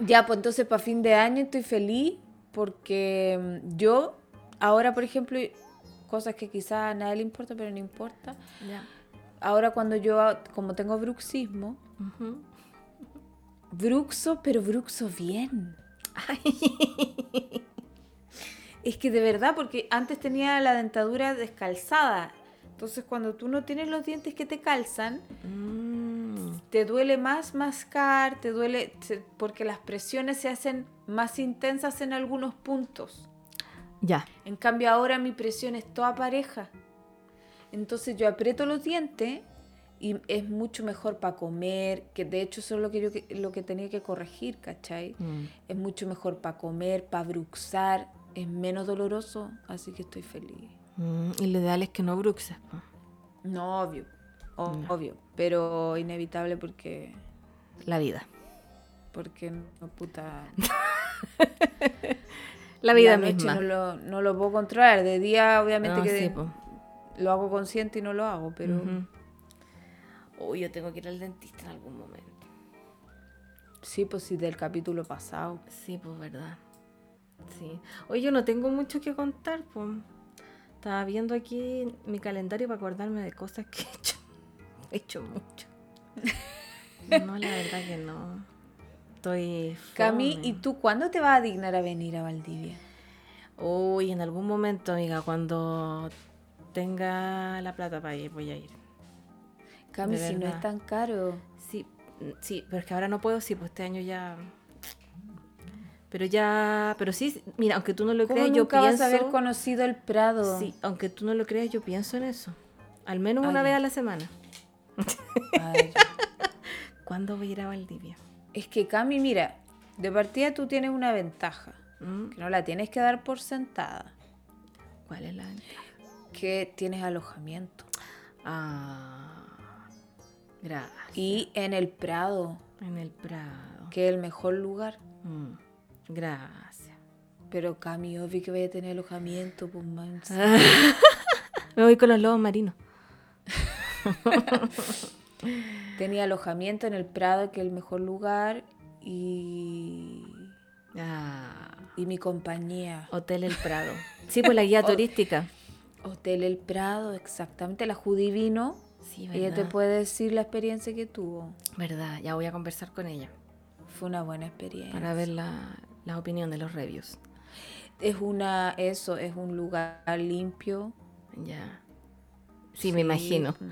Speaker 1: Ya, pues entonces para fin de año estoy feliz porque mm, yo, ahora por ejemplo, y- cosas que quizás a nadie le importa, pero no importa.
Speaker 2: Ya.
Speaker 1: Ahora cuando yo, a- como tengo bruxismo,
Speaker 2: Ujú.
Speaker 1: bruxo, pero bruxo bien. Es que de verdad, porque antes tenía la dentadura descalzada. Entonces cuando tú no tienes los dientes que te calzan,
Speaker 2: Mm.
Speaker 1: te duele más mascar, te duele se- porque las presiones se hacen más intensas en algunos puntos.
Speaker 2: Ya.
Speaker 1: En cambio ahora mi presión es toda pareja. Entonces yo aprieto los dientes y es mucho mejor para comer, que de hecho eso es lo que yo que- lo que tenía que corregir, ¿cachai?
Speaker 2: Mm.
Speaker 1: Es mucho mejor para comer, para bruxar, es menos doloroso, así que estoy feliz.
Speaker 2: Mm, Y lo ideal es que no bruxes. po.
Speaker 1: No, obvio, o- obvio, pero inevitable porque
Speaker 2: La vida.
Speaker 1: porque no puta
Speaker 2: La vida
Speaker 1: noche
Speaker 2: misma.
Speaker 1: No lo, no lo puedo controlar. De día, obviamente,
Speaker 2: No,
Speaker 1: que
Speaker 2: sí,
Speaker 1: de-
Speaker 2: po.
Speaker 1: lo hago consciente y no lo hago, pero.
Speaker 2: Ujú. Uy, yo tengo que ir al dentista en algún momento.
Speaker 1: Sí, pues sí, del capítulo pasado.
Speaker 2: Sí, pues verdad. Sí. Oye, yo no tengo mucho que contar, pues. Estaba viendo aquí mi calendario para acordarme de cosas que he hecho. He hecho mucho. No, la verdad que no. Estoy.
Speaker 1: Cami,
Speaker 2: fome.
Speaker 1: ¿y tú cuándo te vas a dignar a venir a Valdivia?
Speaker 2: Uy, en algún momento, amiga, cuando tenga la plata para ir, voy a ir.
Speaker 1: Cami,
Speaker 2: De
Speaker 1: si no es
Speaker 2: verdad.
Speaker 1: tan caro.
Speaker 2: Sí, mm, sí, pero es que ahora no puedo, sí, pues este año ya. Pero ya, pero sí, mira, aunque tú no lo
Speaker 1: ¿Cómo
Speaker 2: creas, yo
Speaker 1: nunca
Speaker 2: pienso.
Speaker 1: vas a haber conocido el Prado?
Speaker 2: Sí, aunque tú no lo creas, yo pienso en eso. Al menos una
Speaker 1: Ay.
Speaker 2: vez a la semana.
Speaker 1: Ay,
Speaker 2: ¿Cuándo voy a ir a Valdivia?
Speaker 1: es que Cami, mira, de partida tú tienes una ventaja,
Speaker 2: ¿Mm?
Speaker 1: que no la tienes que dar por sentada,
Speaker 2: ¿Cuál es la
Speaker 1: que tienes alojamiento.
Speaker 2: Ah. Gracias.
Speaker 1: Y en el Prado,
Speaker 2: En el Prado.
Speaker 1: que es el mejor lugar.
Speaker 2: Mm, Gracias.
Speaker 1: Pero Cami, obvio que vaya a tener alojamiento, pues man.
Speaker 2: Me voy con los lobos marinos.
Speaker 1: Tenía alojamiento en el Prado, que es el mejor lugar, y,
Speaker 2: Ah.
Speaker 1: y mi compañía.
Speaker 2: Hotel El Prado. Sí, pues la guía turística.
Speaker 1: Hotel El Prado, exactamente, la Judy vino.
Speaker 2: Sí,
Speaker 1: Ella te
Speaker 2: verdad.
Speaker 1: puede decir la experiencia que tuvo.
Speaker 2: Verdad, ya voy a conversar con ella
Speaker 1: Fue una buena experiencia.
Speaker 2: para ver la, la opinión de los reviews.
Speaker 1: Es una, eso, es un lugar limpio.
Speaker 2: Ya. Sí, me imagino.
Speaker 1: mm.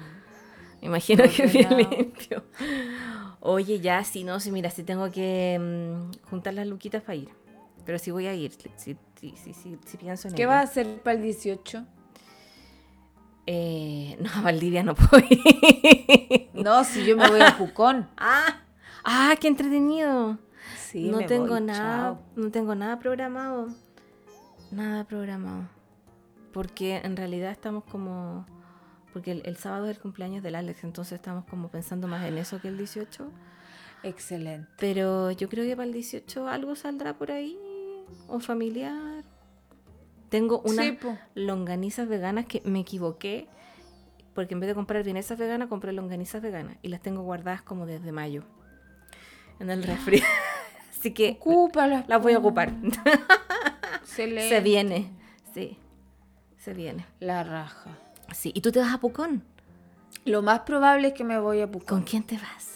Speaker 2: Me imagino que bien
Speaker 1: ordenado.
Speaker 2: limpio. Oye, ya, si no, si mira, si tengo que mm, juntar las luquitas para ir. Pero sí voy a ir, sí, sí, sí, sí, sí pienso en
Speaker 1: ¿Qué
Speaker 2: ello.
Speaker 1: vas a hacer para el 18?
Speaker 2: Eh, no, a Valdivia no puedo ir.
Speaker 1: No, si yo me voy a Pucón.
Speaker 2: ¡Ah! ¡Ah, qué entretenido!
Speaker 1: Sí,
Speaker 2: no
Speaker 1: me
Speaker 2: tengo
Speaker 1: voy,
Speaker 2: nada,
Speaker 1: chao.
Speaker 2: no tengo nada programado. Nada programado. Porque en realidad estamos como porque el, el sábado es el cumpleaños del Alex, entonces estamos como pensando más en eso que el 18,
Speaker 1: Excelente.
Speaker 2: pero yo creo que para el 18 algo saldrá por ahí o familiar. Tengo unas
Speaker 1: Sí, pues. po.
Speaker 2: longanizas veganas que me equivoqué porque en vez de comprar vienesas veganas compré longanizas veganas y las tengo guardadas como desde mayo en el refri. Así que
Speaker 1: Ocúpalas.
Speaker 2: las voy a
Speaker 1: po.
Speaker 2: ocupar.
Speaker 1: Excelente.
Speaker 2: Se viene. Sí. Se viene.
Speaker 1: La raja.
Speaker 2: Sí. ¿Y tú te vas a Pucón?
Speaker 1: Lo más probable es que me voy a
Speaker 2: ¿Con
Speaker 1: Pucón
Speaker 2: quién te vas?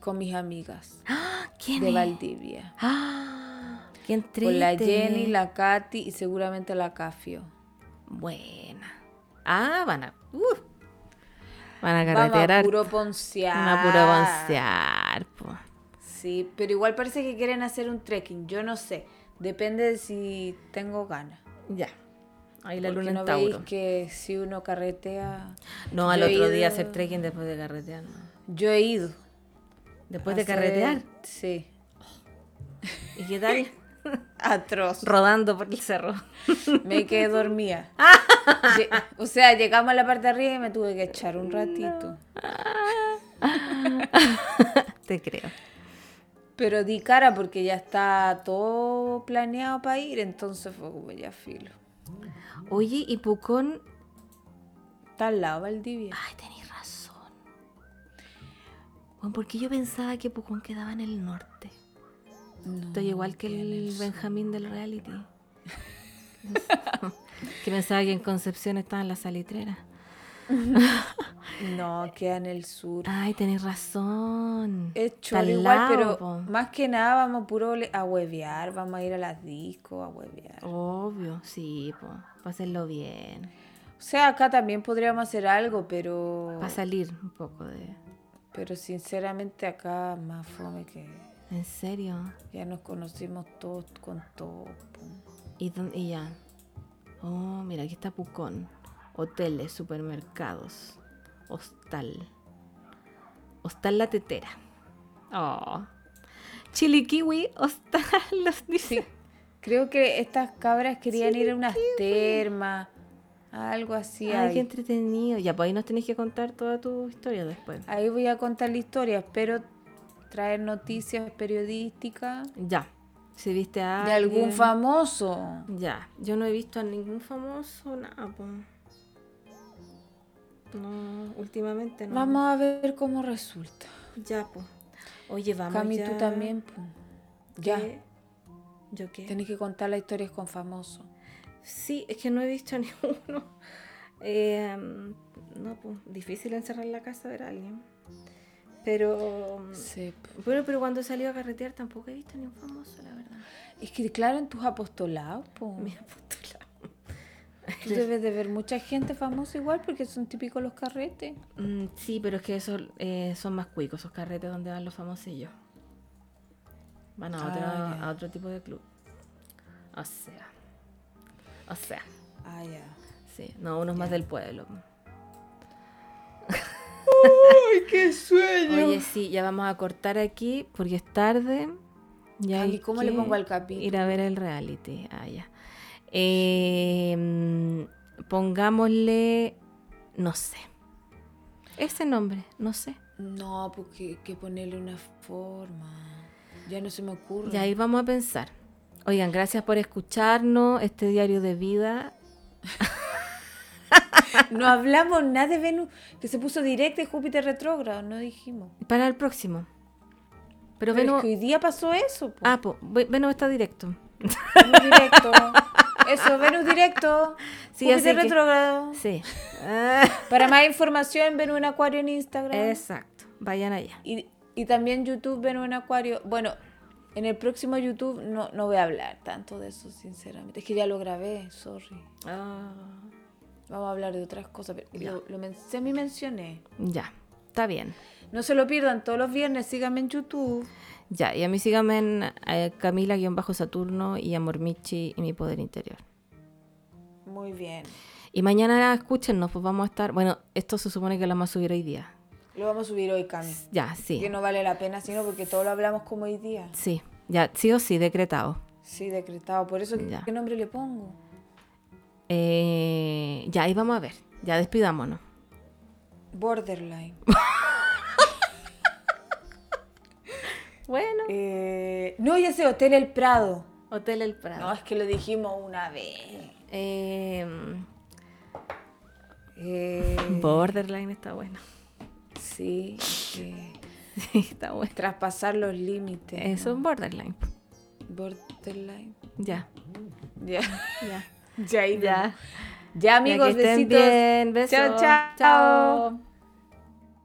Speaker 1: con, mis amigas
Speaker 2: ¡Ah! ¿Quién
Speaker 1: de
Speaker 2: es?
Speaker 1: Valdivia.
Speaker 2: ¡Ah! ¡Qué entrete!
Speaker 1: Con la Jenny, la Katy y seguramente la Cafio.
Speaker 2: Buena. Ah, van a... ¡Uh! van a
Speaker 1: Vamos a
Speaker 2: carretear.
Speaker 1: puro
Speaker 2: harto.
Speaker 1: poncear.
Speaker 2: Van a puro boncear, po.
Speaker 1: Sí, pero igual parece que quieren hacer un trekking. Yo no sé. Depende de si tengo ganas.
Speaker 2: Ya. Ahí la
Speaker 1: Porque
Speaker 2: luna
Speaker 1: no
Speaker 2: en
Speaker 1: veis
Speaker 2: Tauro.
Speaker 1: que si uno carretea...
Speaker 2: No, al
Speaker 1: Yo he
Speaker 2: otro
Speaker 1: ido-
Speaker 2: día hacer trekking después de carretear. no.
Speaker 1: Yo he ido.
Speaker 2: Después de
Speaker 1: a hacer-
Speaker 2: carretear.
Speaker 1: Sí.
Speaker 2: ¿Y qué tal?
Speaker 1: Atroz.
Speaker 2: rodando por el cerro.
Speaker 1: Me quedé dormida.
Speaker 2: Ah.
Speaker 1: Lle- o sea, llegamos a la parte de arriba y me tuve que echar un ratito.
Speaker 2: Te creo.
Speaker 1: Pero di cara porque ya está todo planeado para ir, entonces fue como ya filo.
Speaker 2: Oye, y Pucón.
Speaker 1: Está al lado Valdivia.
Speaker 2: Ay, tenéis razón. Bueno, porque yo pensaba que Pucón quedaba en el norte.
Speaker 1: No,
Speaker 2: Estoy igual que
Speaker 1: queda en
Speaker 2: el
Speaker 1: sur.
Speaker 2: Benjamín del reality. que pensaba que en Concepción estaba en la salitrera.
Speaker 1: No, queda en el sur.
Speaker 2: Ay, tenéis razón.
Speaker 1: Es
Speaker 2: Ah, Está
Speaker 1: choro
Speaker 2: al
Speaker 1: igual,
Speaker 2: lado,
Speaker 1: pero
Speaker 2: po.
Speaker 1: más que nada vamos puro le- a huevear, vamos a ir a las discos, a
Speaker 2: Oh.
Speaker 1: huevear.
Speaker 2: Obvio, sí, po. Para hacerlo bien.
Speaker 1: O sea, acá también podríamos hacer algo, pero.
Speaker 2: Para salir un poco de.
Speaker 1: Pero sinceramente acá más fome que.
Speaker 2: En serio.
Speaker 1: Ya nos conocimos todos con todo. po.
Speaker 2: ¿Y, dónde- y ya. Oh, mira, aquí está Pucón. Hoteles, supermercados. Hostal. Hostal La Tetera. Oh. Chilikiwi Hostal los dice.
Speaker 1: Creo que estas cabras querían ir a unas termas, algo así.
Speaker 2: Ay,
Speaker 1: hay.
Speaker 2: qué entretenido. Ya, pues ahí nos tenés que contar toda tu historia después.
Speaker 1: Ahí voy a contar la historia. Espero traer noticias periodísticas
Speaker 2: Ya. Si viste a.
Speaker 1: de algún
Speaker 2: alguien.
Speaker 1: famoso.
Speaker 2: Ya. Yo no he visto a ningún famoso, nada, po. No, últimamente no.
Speaker 1: Vamos a ver cómo resulta.
Speaker 2: Ya, pues. Oye, vamos
Speaker 1: Cami,
Speaker 2: ya.
Speaker 1: tú también. po. Ya,
Speaker 2: ¿Qué? ¿Yo qué?
Speaker 1: tenés que contar las historias con famosos.
Speaker 2: Sí, es que no he visto a ninguno. Eh, no, pues, difícil encerrar la casa a ver a alguien. Pero. mm,
Speaker 1: Sí, po.
Speaker 2: Bueno, pero cuando he salido a carretear tampoco he visto ni un famoso, la verdad.
Speaker 1: Es que, claro, en tus apostolados, po.
Speaker 2: Me ha postulado.
Speaker 1: tú debes de ver mucha gente famosa igual porque son típicos los carretes.
Speaker 2: Mm, sí, pero es que esos eh, son más cuicos, esos carretes donde van los famosillos. Van a,
Speaker 1: Ah,
Speaker 2: otro,
Speaker 1: ya.
Speaker 2: a otro tipo de club. O sea. O sea.
Speaker 1: Ah, ya.
Speaker 2: Sí, no, unos más del pueblo.
Speaker 1: ¡Ay, qué sueño!
Speaker 2: Oye, sí, ya vamos a cortar aquí porque es tarde. Ya
Speaker 1: Ay,
Speaker 2: hay
Speaker 1: ¿cómo le
Speaker 2: que
Speaker 1: pongo al capítulo?
Speaker 2: Ir a ver el reality. Ah, ya. Eh, pongámosle. No sé. Ese nombre, no sé.
Speaker 1: No, porque hay que ponerle una forma. Ya no se me ocurre.
Speaker 2: Y ahí vamos a pensar. Oigan, gracias por escucharnos. Este diario de vida.
Speaker 1: No hablamos nada de Venus, que se puso directa y Júpiter retrógrado, no dijimos.
Speaker 2: Para el próximo. Pero,
Speaker 1: Pero es
Speaker 2: Venus.
Speaker 1: que hoy día pasó eso, po.
Speaker 2: Ah, po, Ve- Venus está directo.
Speaker 1: Venus directo. Eso, Venus directo.
Speaker 2: Sí,
Speaker 1: Júpiter
Speaker 2: así que-
Speaker 1: retrógrado.
Speaker 2: Sí.
Speaker 1: Para más información, Venus en Acuario en Instagram.
Speaker 2: Exacto. Vayan allá.
Speaker 1: Y, y también YouTube, Venus en Acuario. Bueno, en el próximo YouTube no, no voy a hablar tanto de eso, sinceramente. Es que ya lo grabé, sorry.
Speaker 2: Ah.
Speaker 1: Vamos a hablar de otras cosas, pero lo, lo men- se me mencioné.
Speaker 2: Ya, está bien.
Speaker 1: No se lo pierdan, todos los viernes síganme en YouTube.
Speaker 2: Ya, y a mí síganme en eh, Camila-Saturno y a Mormichi y mi poder interior.
Speaker 1: Muy bien.
Speaker 2: Y mañana escúchenos, pues vamos a estar. Bueno, esto se supone que lo vamos a subir hoy día.
Speaker 1: Lo vamos a subir hoy, Cami.
Speaker 2: Ya,
Speaker 1: Que
Speaker 2: sí.
Speaker 1: no vale la pena, sino porque todo lo hablamos como hoy día.
Speaker 2: Sí, ya, sí o sí, decretado.
Speaker 1: Sí, decretado. Por eso,
Speaker 2: Ya.
Speaker 1: ¿qué nombre le pongo?
Speaker 2: Eh, ya, ahí vamos a ver. Ya, despidámonos.
Speaker 1: Borderline.
Speaker 2: Bueno,
Speaker 1: Eh, no, ya sé, Hotel El Prado.
Speaker 2: Hotel El
Speaker 1: No,
Speaker 2: Prado.
Speaker 1: es que lo dijimos una vez.
Speaker 2: Eh,
Speaker 1: Eh,
Speaker 2: Mm. borderline está bueno.
Speaker 1: sí, es que
Speaker 2: Sí, está bueno.
Speaker 1: traspasar los límites.
Speaker 2: Eso es Borderline.
Speaker 1: Borderline.
Speaker 2: Ya,
Speaker 1: Ya,
Speaker 2: ya.
Speaker 1: ya, ahí
Speaker 2: Ya.
Speaker 1: vamos. Ya,
Speaker 2: Amigos,
Speaker 1: amigos,
Speaker 2: estén
Speaker 1: besitos.
Speaker 2: bien. Besos.
Speaker 1: Chao, chao.
Speaker 2: Chao.